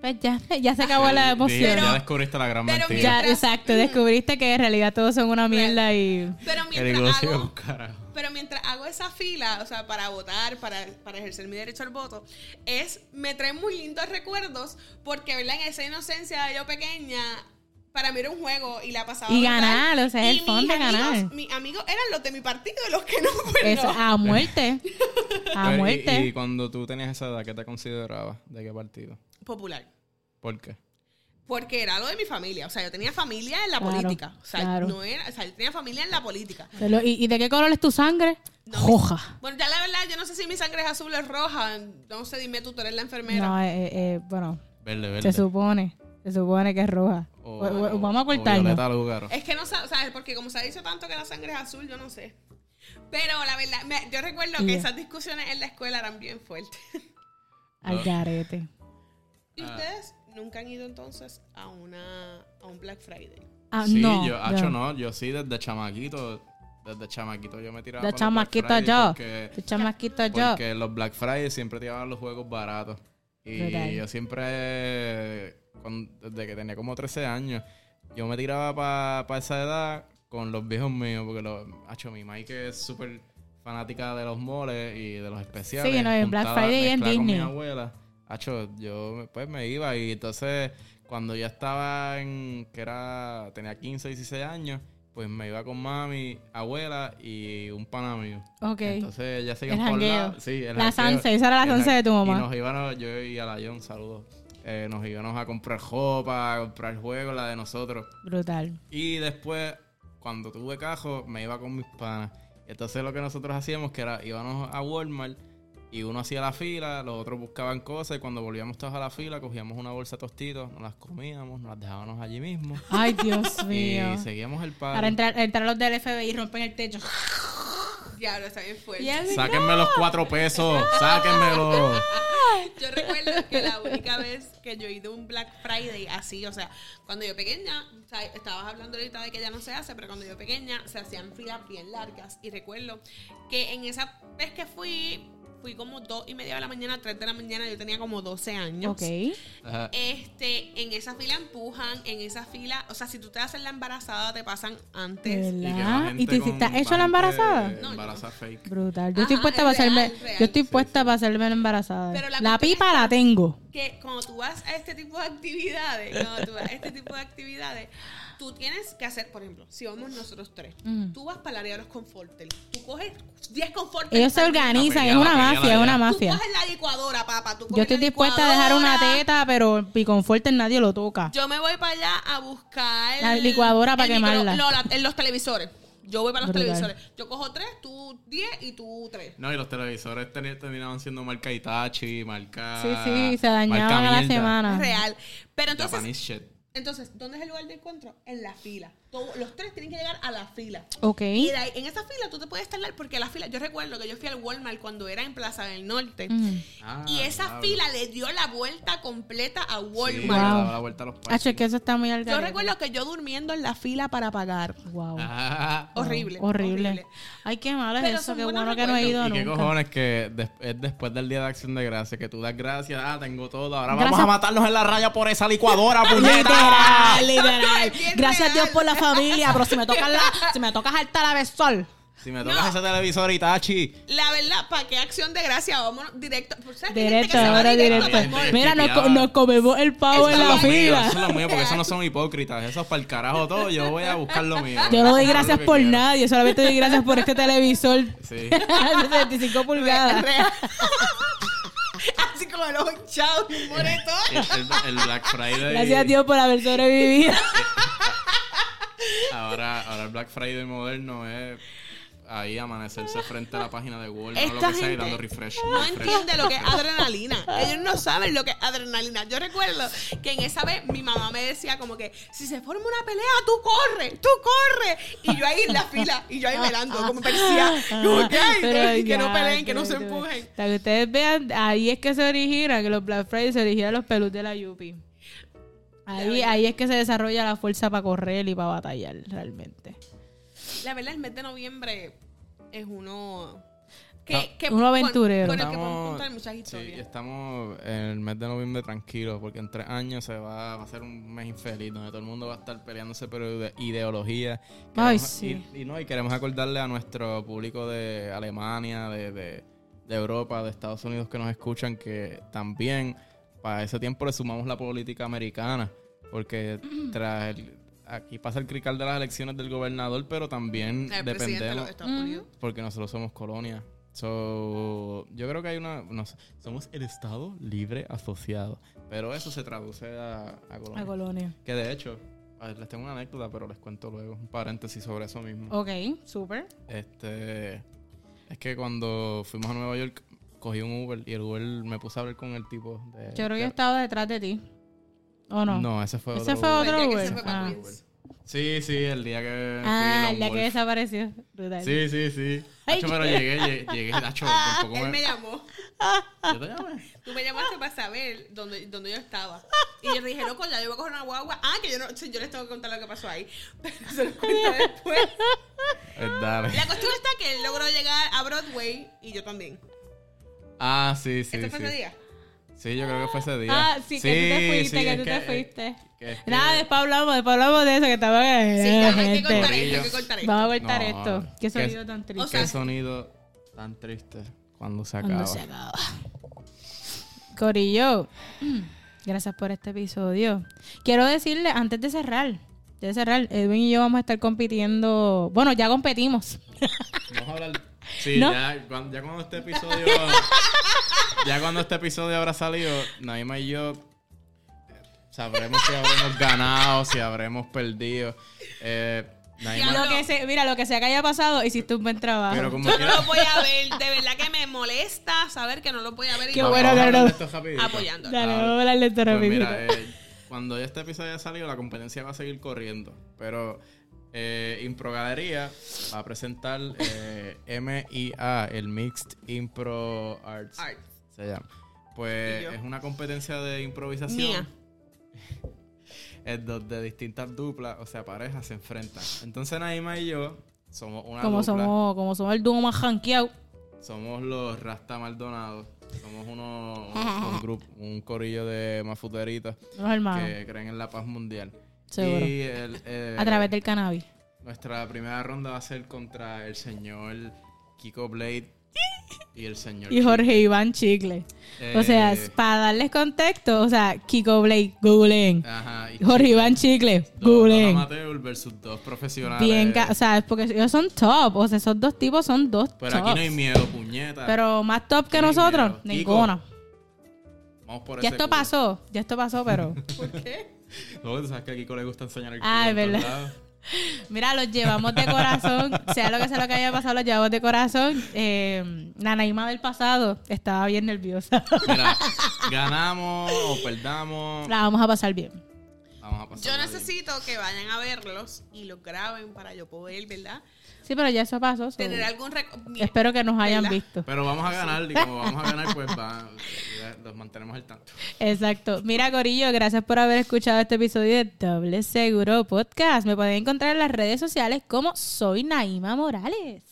Speaker 2: Pues ya, ya se acabó la emoción.
Speaker 1: Ya descubriste la gran
Speaker 3: pero
Speaker 1: mentira.
Speaker 2: ya, exacto, descubriste que en realidad todos son una mierda y...
Speaker 3: Pero
Speaker 1: Que
Speaker 3: mientras
Speaker 1: negocio,
Speaker 3: hago.
Speaker 1: carajo.
Speaker 3: Pero mientras hago esa fila, o sea, para votar, para, para ejercer mi derecho al voto, es, me trae muy lindos recuerdos, porque, ¿verdad? En esa inocencia de yo pequeña, para mí era un juego y la pasaba.
Speaker 2: Y
Speaker 3: brutal.
Speaker 2: ganar, o sea, es el
Speaker 3: Y
Speaker 2: fun
Speaker 3: mis
Speaker 2: de
Speaker 3: amigos-
Speaker 2: ganar.
Speaker 3: Mis amigos eran los de mi partido y los que no, pues
Speaker 2: Eso,
Speaker 3: no.
Speaker 2: a muerte. A
Speaker 1: Pero, Eh, y-
Speaker 2: muerte.
Speaker 1: Y, cuando tú tenías esa edad, ¿qué te considerabas? ¿De qué partido?
Speaker 3: Popular.
Speaker 1: ¿Por qué?
Speaker 3: Porque era lo de mi familia. O sea, yo tenía familia en la
Speaker 2: Claro,
Speaker 3: política. O sea,
Speaker 2: claro.
Speaker 3: no era, o sea, yo tenía familia en la política.
Speaker 2: Te lo- ¿Y, y de qué color es tu sangre?
Speaker 3: No,
Speaker 2: Roja.
Speaker 3: Bueno, ya la verdad, yo no sé si mi sangre es azul o es roja. No sé, dime tú, tú eres la enfermera.
Speaker 2: No, eh, eh, bueno,
Speaker 1: Verde, verde.
Speaker 2: se supone. Se supone que es roja.
Speaker 1: O-
Speaker 2: O- o-
Speaker 1: o-
Speaker 2: vamos a Eh,
Speaker 1: o
Speaker 2: cortarlo.
Speaker 1: violeta Lugaro.
Speaker 3: Es que no sabes, ¿sabes? Porque como se ha dicho tanto que la sangre es azul, yo no sé. Pero la verdad, me- yo recuerdo que
Speaker 2: Yeah.
Speaker 3: esas discusiones en la escuela eran bien fuertes.
Speaker 2: Al garete.
Speaker 3: ¿Y ustedes nunca han ido entonces a una a un Black Friday?
Speaker 2: Ah,
Speaker 1: sí,
Speaker 2: no.
Speaker 1: yo, acho, no, yo sí, desde chamaquito, desde chamaquito yo me tiraba para
Speaker 2: De
Speaker 1: los
Speaker 2: chamaquito
Speaker 1: Black Friday
Speaker 2: yo.
Speaker 1: porque-
Speaker 2: De chamaquito yo.
Speaker 1: Porque los Black Friday siempre te llevaban los juegos baratos. Y
Speaker 2: Brutal.
Speaker 1: yo siempre, cuando- desde que tenía como 13 años, yo me tiraba para esa edad con los viejos míos. Porque los, hacho, mi Mike es súper fanática de los moles y de los especiales.
Speaker 2: Sí, no, en Black
Speaker 1: juntada-
Speaker 2: Friday y en
Speaker 1: mezclada con
Speaker 2: Disney.
Speaker 1: mi abuela. Hacho, yo pues me iba y entonces cuando ya estaba en, que era, tenía 15, 16 años, pues me iba con mami, abuela y un pana mío.
Speaker 2: Ok.
Speaker 1: Entonces ya se iban
Speaker 2: El
Speaker 1: por
Speaker 2: jangueo.
Speaker 1: la... Sí, el
Speaker 2: Las
Speaker 1: jangueo.
Speaker 2: 11, esa era las
Speaker 1: El
Speaker 2: 11 de tu
Speaker 1: jangueo.
Speaker 2: mamá.
Speaker 1: Y nos íbamos, yo y a la John, saludos. Eh, nos íbamos a comprar ropa, a comprar juegos, la de nosotros.
Speaker 2: Brutal.
Speaker 1: Y después, cuando tuve cajo, me iba con mis panas. Entonces lo que nosotros hacíamos que era, íbamos a Walmart y uno hacía la fila, los otros buscaban cosas y cuando volvíamos todos a la fila cogíamos una bolsa de tostitos, nos las comíamos, nos las dejábamos allí mismo
Speaker 2: Ay, Dios mío.
Speaker 1: y seguíamos el padre.
Speaker 2: Para entrar, entrar los del FBI y rompen el techo.
Speaker 3: Diablo, está bien fuerte.
Speaker 2: Y él-
Speaker 1: Sáquenme los cuatro pesos, sáquenmelo.
Speaker 3: Yo recuerdo que la única vez que yo he ido a un Black Friday así, o sea, cuando yo pequeña, o sea, estabas hablando ahorita de que ya no se hace, pero cuando yo pequeña se hacían filas bien largas. Y recuerdo que en esa vez que fui, fui como dos y media de la mañana, tres de la mañana, yo tenía como 12 años.
Speaker 2: Ok.
Speaker 1: Ajá.
Speaker 3: Este, en esa fila empujan, en esa fila, o sea, si tú te haces la embarazada, te pasan antes.
Speaker 2: ¿Verdad?
Speaker 1: Y, que va gente
Speaker 2: ¿Y te,
Speaker 1: con-
Speaker 2: te has hecho
Speaker 1: va
Speaker 2: la embarazada?
Speaker 1: gente
Speaker 3: No, yo
Speaker 1: Embarazada fake.
Speaker 2: Brutal. Yo estoy
Speaker 3: Ajá,
Speaker 2: puesta para
Speaker 3: es Ah, real,
Speaker 2: hacerme.
Speaker 3: real.
Speaker 2: Yo estoy
Speaker 1: Sí,
Speaker 2: puesta para hacerme la embarazada.
Speaker 3: Pero la
Speaker 2: la,
Speaker 3: cuestión
Speaker 2: pipa la tengo.
Speaker 3: que cuando tú vas a este tipo de actividades, cuando tú vas a este tipo de actividades, tú tienes que hacer, por ejemplo, si vamos nosotros tres,
Speaker 2: Ujú.
Speaker 3: tú vas para el área de los confortel, tú coges 10 confortel.
Speaker 2: Ellos se
Speaker 3: para-
Speaker 2: organizan,
Speaker 1: pelea, pues
Speaker 2: es
Speaker 1: la
Speaker 2: una
Speaker 1: pelea, la
Speaker 2: mafia, es
Speaker 1: pelea.
Speaker 2: una
Speaker 3: Tú
Speaker 2: mafia.
Speaker 3: coges la licuadora, papá. Tú coges
Speaker 2: Yo estoy
Speaker 3: la
Speaker 2: dispuesta a dejar una
Speaker 3: licuadora,
Speaker 2: teta, pero Piconforte nadie lo toca.
Speaker 3: Yo me voy para allá a buscar.
Speaker 2: La licuadora para
Speaker 3: el micro-
Speaker 2: quemarla.
Speaker 3: no, la- en los televisores. Yo voy para los
Speaker 2: Brutal.
Speaker 3: televisores. Yo cojo tres, tú 10 y tú tres.
Speaker 1: No, y los televisores teni- terminaban siendo marca Itachi, marca.
Speaker 2: Sí, sí, se
Speaker 1: marca
Speaker 2: dañaban a la
Speaker 1: mierda.
Speaker 2: semana.
Speaker 3: Real. Pero entonces,
Speaker 1: Japanese shit.
Speaker 3: entonces, ¿dónde es el lugar de encuentro? En la fila. Todo- los tres tienen que llegar a la fila.
Speaker 2: Ok.
Speaker 3: Y de ahí, en esa fila tú te puedes tardar porque la fila, yo recuerdo que yo fui al Walmart cuando era en Plaza del Norte
Speaker 2: Ujú.
Speaker 1: Ah,
Speaker 3: y esa
Speaker 1: diablo.
Speaker 3: fila le dio la vuelta completa a
Speaker 1: Sí,
Speaker 3: Walmart.
Speaker 1: le daba
Speaker 2: Wow.
Speaker 1: la vuelta a los parches.
Speaker 2: Hacho, es que eso está muy al
Speaker 3: Yo
Speaker 2: garete.
Speaker 3: recuerdo que yo durmiendo en la fila para pagar.
Speaker 2: Wow.
Speaker 1: Ah,
Speaker 2: Wow.
Speaker 3: Horrible,
Speaker 2: horrible.
Speaker 3: horrible.
Speaker 2: Ay, qué malo es
Speaker 3: Pero
Speaker 2: eso.
Speaker 3: son
Speaker 2: Qué
Speaker 3: buenos
Speaker 2: bueno que no he ido
Speaker 1: ¿Y qué
Speaker 2: nunca.
Speaker 1: cojones que des- es después del día de acción de gracias? Que tú das gracias, ah, tengo todo, ahora vamos
Speaker 2: Gracias.
Speaker 1: a matarnos en la raya por esa licuadora, puñeta.
Speaker 2: Literal, literal.
Speaker 3: Bien
Speaker 2: Gracias a
Speaker 3: real.
Speaker 2: Dios por la familia, pero si me tocas la, si me tocas alta la vez sol.
Speaker 1: si me tocas ese televisor Itachi.
Speaker 3: La verdad, ¿para qué acción de gracia? Vámonos directo. Pues, ¿Sabes que hay gente que
Speaker 2: Directo,
Speaker 3: se va
Speaker 2: ahora
Speaker 1: directo
Speaker 2: directo.
Speaker 1: al mall.
Speaker 2: Mira, nos, co-
Speaker 1: Chipeaba.
Speaker 2: nos comemos el pavo
Speaker 3: Eso
Speaker 2: en
Speaker 1: Eso
Speaker 2: la
Speaker 1: es lo mío,
Speaker 2: fila.
Speaker 1: eso es lo mío, porque eso no son hipócritas. Eso es para el carajo todo. Yo voy a buscar lo mío.
Speaker 2: Yo no doy
Speaker 1: Eso es
Speaker 2: gracias
Speaker 1: lo que
Speaker 2: por
Speaker 1: quiero.
Speaker 2: nadie, solamente doy gracias por este televisor
Speaker 1: Sí.
Speaker 2: de 75 pulgadas.
Speaker 3: Real. Así como los hinchados, un moretón.
Speaker 1: El, el- el Black Friday.
Speaker 2: Gracias a Dios por haber sobrevivido.
Speaker 1: Ahora, ahora el Black Friday moderno es ahí amanecerse frente a la página de Google o lo
Speaker 3: Esta
Speaker 1: que sea y
Speaker 3: gente
Speaker 1: dando refresh.
Speaker 3: no
Speaker 1: refresh.
Speaker 3: entiende lo que es adrenalina. Ellos no saben lo que es adrenalina. Yo recuerdo que en esa vez mi mamá me decía como que si se forma una pelea, tú corre, tú corre. Y yo ahí en la fila, y yo ahí velando, como parecía, como que, ay,
Speaker 2: Ah, Pero
Speaker 3: que no
Speaker 2: ya,
Speaker 3: peleen, que no
Speaker 2: tú-
Speaker 3: se
Speaker 2: tú-
Speaker 3: empujen.
Speaker 2: Para que ustedes vean, ahí es que se origina, que los Black Friday se originan los pelus de la Yupi. Ahí, ahí es que se desarrolla la fuerza para correr y para batallar realmente.
Speaker 3: La verdad, el mes de noviembre es uno... Que,
Speaker 2: Un aventurero.
Speaker 3: Con, con el que podemos
Speaker 1: Estamos,
Speaker 3: contar muchas
Speaker 1: sí,
Speaker 3: historias.
Speaker 1: estamos en el mes de noviembre tranquilo porque en tres años se va, va a ser un mes infeliz donde todo el mundo va a estar peleándose por ide- ideología.
Speaker 2: Ay,
Speaker 1: Queremos-
Speaker 2: sí.
Speaker 1: y, y no, y queremos acordarle a nuestro público de Alemania, de, de- de Europa, de Estados Unidos que nos escuchan que
Speaker 3: Mm.
Speaker 1: también para ese tiempo le sumamos la política americana porque tras el- aquí pasa el crical de las elecciones del gobernador, pero también
Speaker 3: El presidente de los
Speaker 1: dependemos
Speaker 3: Estados Unidos.
Speaker 1: porque nosotros somos colonia. So, yo creo que hay una, no sé, somos el Estado libre asociado, pero eso se traduce a, a colonia.
Speaker 2: A Colonia.
Speaker 1: Que de hecho, a ver, les tengo una anécdota, pero les cuento luego un paréntesis sobre eso mismo.
Speaker 2: Ok, súper.
Speaker 1: Este. Es que cuando fuimos a Nueva York, cogí un Uber y el Uber me puse a hablar con el tipo de.
Speaker 2: Yo creo que
Speaker 1: de-
Speaker 2: he estado detrás de ti. ¿O no?
Speaker 1: No, ese fue
Speaker 2: Ese
Speaker 1: otro
Speaker 2: fue
Speaker 1: Uber.
Speaker 2: otro
Speaker 3: El día que
Speaker 2: Uber.
Speaker 3: se fue para
Speaker 2: Ah.
Speaker 3: Queens.
Speaker 1: Sí, sí, el día que. fui
Speaker 2: Ah,
Speaker 1: a
Speaker 2: la que
Speaker 1: Longwolf.
Speaker 2: desapareció. Brutal.
Speaker 1: Sí, sí, sí.
Speaker 2: Ay,
Speaker 1: Hacho, pero
Speaker 2: qué-
Speaker 1: llegué, llegué, llegué, Hacho, tampoco
Speaker 3: Él
Speaker 1: me...
Speaker 3: me llamó.
Speaker 1: Yo te llamé.
Speaker 3: Tú me llamaste para saber dónde, dónde yo estaba. Y yo dije, loco, ya yo voy a coger una guagua. Ah, que yo no, sí, yo les tengo que contar lo que pasó ahí. Pero se lo cuento después.
Speaker 1: Eh, Dale.
Speaker 3: La cuestión está que él logró llegar a Broadway y yo también.
Speaker 1: Ah, sí, sí,
Speaker 3: ¿Este
Speaker 1: sí.
Speaker 3: fue ese día?
Speaker 1: Sí, yo creo que fue ese día.
Speaker 2: Ah, sí, que tú te fuiste,
Speaker 1: sí,
Speaker 2: que
Speaker 1: es eh,
Speaker 2: tú te fuiste.
Speaker 1: que es que-
Speaker 2: Nada, después hablamos, después hablamos de eso que estaba.
Speaker 3: Sí,
Speaker 2: Eh,
Speaker 3: hay que
Speaker 2: gente.
Speaker 3: contar esto, hay que contar esto.
Speaker 2: Vamos a cortar
Speaker 1: No,
Speaker 2: esto. Qué
Speaker 1: que-
Speaker 2: sonido tan triste.
Speaker 3: o sea,
Speaker 1: Qué sonido tan triste cuando se acaba.
Speaker 2: Cuando se acaba. Corillo, mm, gracias por este episodio. Quiero decirle, antes de cerrar, de cerrar, Edwin y yo vamos a estar compitiendo. Bueno, ya competimos.
Speaker 1: Vamos a hablar. Sí,
Speaker 2: No.
Speaker 1: ya, cuando, ya cuando este episodio. ya cuando este episodio habrá salido, Naima y yo eh, sabremos si habremos ganado, si habremos perdido. Eh, Naima,
Speaker 3: Ya
Speaker 2: Lo que se- mira, lo que sea que haya pasado, hiciste un buen trabajo.
Speaker 1: pero como
Speaker 3: Yo no
Speaker 1: quiera.
Speaker 3: lo voy a ver. De verdad que me molesta saber que no lo voy a ver. Y
Speaker 2: Qué
Speaker 3: yo
Speaker 1: Vamos
Speaker 2: bueno
Speaker 1: a
Speaker 2: que
Speaker 1: hablar
Speaker 2: no.
Speaker 1: de esto rapidito.
Speaker 3: Apoyando.
Speaker 2: Dale,
Speaker 1: Ah,
Speaker 2: vamos a hablarle esto
Speaker 1: Pues
Speaker 2: rapidito.
Speaker 1: mira, eh, cuando ya este episodio haya salido, la competencia va a seguir corriendo. Pero eh, Impro Galería va a presentar eh, MIA, el Mixed Impro Arts.
Speaker 3: Arts.
Speaker 1: Se llama.
Speaker 3: ¿Y
Speaker 1: Pues
Speaker 3: yo?
Speaker 1: es una competencia de improvisación.
Speaker 3: Mía.
Speaker 1: En donde distintas duplas, o sea, parejas, se enfrentan. Entonces Naima y yo somos una
Speaker 2: como,
Speaker 1: dupla.
Speaker 2: somos, como somos el dúo más janqueado.
Speaker 1: Somos los Rasta Maldonado. Somos uno, un, un grupo, un corillo de mafuderitas
Speaker 2: Los hermanos,
Speaker 1: que creen en la paz mundial.
Speaker 2: Ah. seguro.
Speaker 1: Y el, eh,
Speaker 2: a través del cannabis.
Speaker 1: Nuestra primera ronda va a ser contra el señor Kiko Blade y el señor.
Speaker 2: Y Jorge Iván Chicle. O sea,
Speaker 1: Eh,
Speaker 2: para darles contexto, o sea, Kiko Blake, googleen.
Speaker 1: Ajá. y
Speaker 2: Jorge Iván Chicle,
Speaker 1: Dos, dos
Speaker 2: googleen.
Speaker 1: amateur versus dos profesionales.
Speaker 2: Bien, ca- o sea, es porque ellos son top. O sea, esos dos tipos son dos
Speaker 1: Pero
Speaker 2: tops.
Speaker 1: Pues aquí no hay miedo, puñeta.
Speaker 2: Pero más top que
Speaker 1: no hay
Speaker 2: nosotros,
Speaker 1: miedo. Kiko,
Speaker 2: ninguna.
Speaker 1: Vamos por
Speaker 2: Ya
Speaker 1: ese
Speaker 2: esto
Speaker 1: culo.
Speaker 2: pasó, ya esto pasó, pero.
Speaker 3: ¿Por qué?
Speaker 1: No, tú sabes que a Kiko le gusta enseñar el culo.
Speaker 2: Ah,
Speaker 1: en
Speaker 2: es
Speaker 1: todos
Speaker 2: verdad.
Speaker 1: lados.
Speaker 2: Mira, los llevamos de corazón. sea lo que sea lo que haya pasado, los llevamos de corazón. Eh, la Naima del pasado estaba bien nerviosa.
Speaker 1: Mira, ganamos o perdamos.
Speaker 2: la vamos a pasar bien.
Speaker 1: Vamos a pasar.
Speaker 3: Yo necesito que vayan a verlos y los graben para yo poder, ¿verdad?
Speaker 2: Sí, pero ya eso pasó. so-
Speaker 3: Tener algún récord.
Speaker 2: Espero que nos hayan
Speaker 3: ¿Verdad?
Speaker 2: visto.
Speaker 1: Pero vamos a ganar. Y como vamos a ganar, pues va, ya los mantenemos al tanto.
Speaker 2: Exacto. Mira, Corillo, gracias por haber escuchado este episodio de Doble Seguro Podcast. Me pueden encontrar en las redes sociales como soy Naima Morales.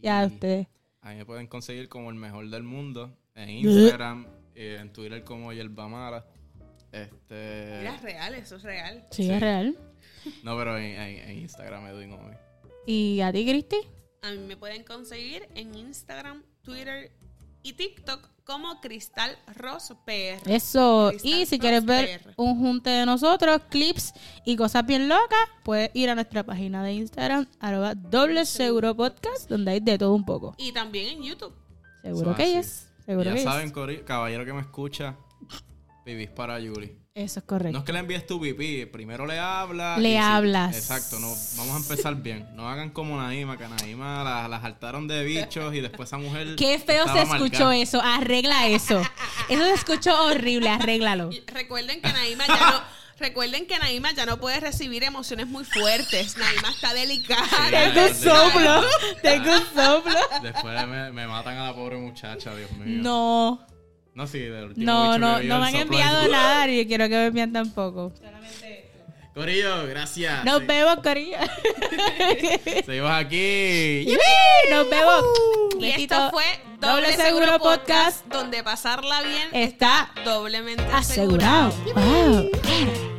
Speaker 2: Ya ustedes.
Speaker 1: A mí me pueden conseguir como el mejor del mundo en Instagram, eh, en Twitter como Yerba Mala. Este.
Speaker 3: Era real, eso es real.
Speaker 2: Sí,
Speaker 1: Sí.
Speaker 2: es real.
Speaker 1: No, pero en, en- en Instagram Edwin Omi.
Speaker 2: ¿Y a ti, Cristi?
Speaker 3: A mí me pueden conseguir en Instagram, Twitter y TikTok como Cristal Ross PR.
Speaker 2: Eso.
Speaker 3: Cristal
Speaker 2: Y si quieres ver
Speaker 3: Prosper.
Speaker 2: un junte de nosotros, clips y cosas bien locas, puedes ir a nuestra página de Instagram, arroba Doble Seguro Podcast, donde hay de todo un poco.
Speaker 3: Y también en YouTube.
Speaker 2: Seguro
Speaker 1: Eso
Speaker 2: que
Speaker 1: así.
Speaker 2: es.
Speaker 1: Y
Speaker 2: Seguro
Speaker 1: Ya
Speaker 2: que
Speaker 1: saben,
Speaker 2: yes.
Speaker 1: cori- caballero que me escucha, vivís para Yuri.
Speaker 2: Eso es correcto.
Speaker 1: No es que le envíes tu pipí, primero le hablas.
Speaker 2: Le
Speaker 1: y si-
Speaker 2: hablas.
Speaker 1: exacto, no, vamos a empezar bien. No hagan como Naima, que a Naima la, la saltaron de bichos y después esa mujer.
Speaker 2: Qué feo
Speaker 1: estaba
Speaker 2: se escuchó
Speaker 1: marcada.
Speaker 2: eso. Arregla eso. Eso se escuchó horrible. Arréglalo.
Speaker 3: Y Recuerden que Naima ya no. Recuerden que Naima ya no puede recibir emociones muy fuertes. Naima está delicada.
Speaker 1: Tengo un soplo,
Speaker 2: Tengo un soplo.
Speaker 1: Después me, me matan a la pobre muchacha, Dios mío.
Speaker 2: No,
Speaker 1: No, sí, del último
Speaker 2: no,
Speaker 1: bicho
Speaker 2: no,
Speaker 1: que vio
Speaker 2: no
Speaker 1: el
Speaker 2: me han
Speaker 1: soplo del
Speaker 2: enviado
Speaker 1: culo.
Speaker 2: nada y yo quiero que me envíen tampoco.
Speaker 1: Corillo, gracias.
Speaker 2: Nos
Speaker 1: Sí.
Speaker 2: vemos, Corilla.
Speaker 1: Seguimos aquí.
Speaker 2: Nos vemos.
Speaker 3: Y
Speaker 2: Besito.
Speaker 3: esto fue Doble, Seguro, Podcast, donde pasarla bien
Speaker 2: Está
Speaker 3: doblemente asegurado.
Speaker 2: asegurado. Wow.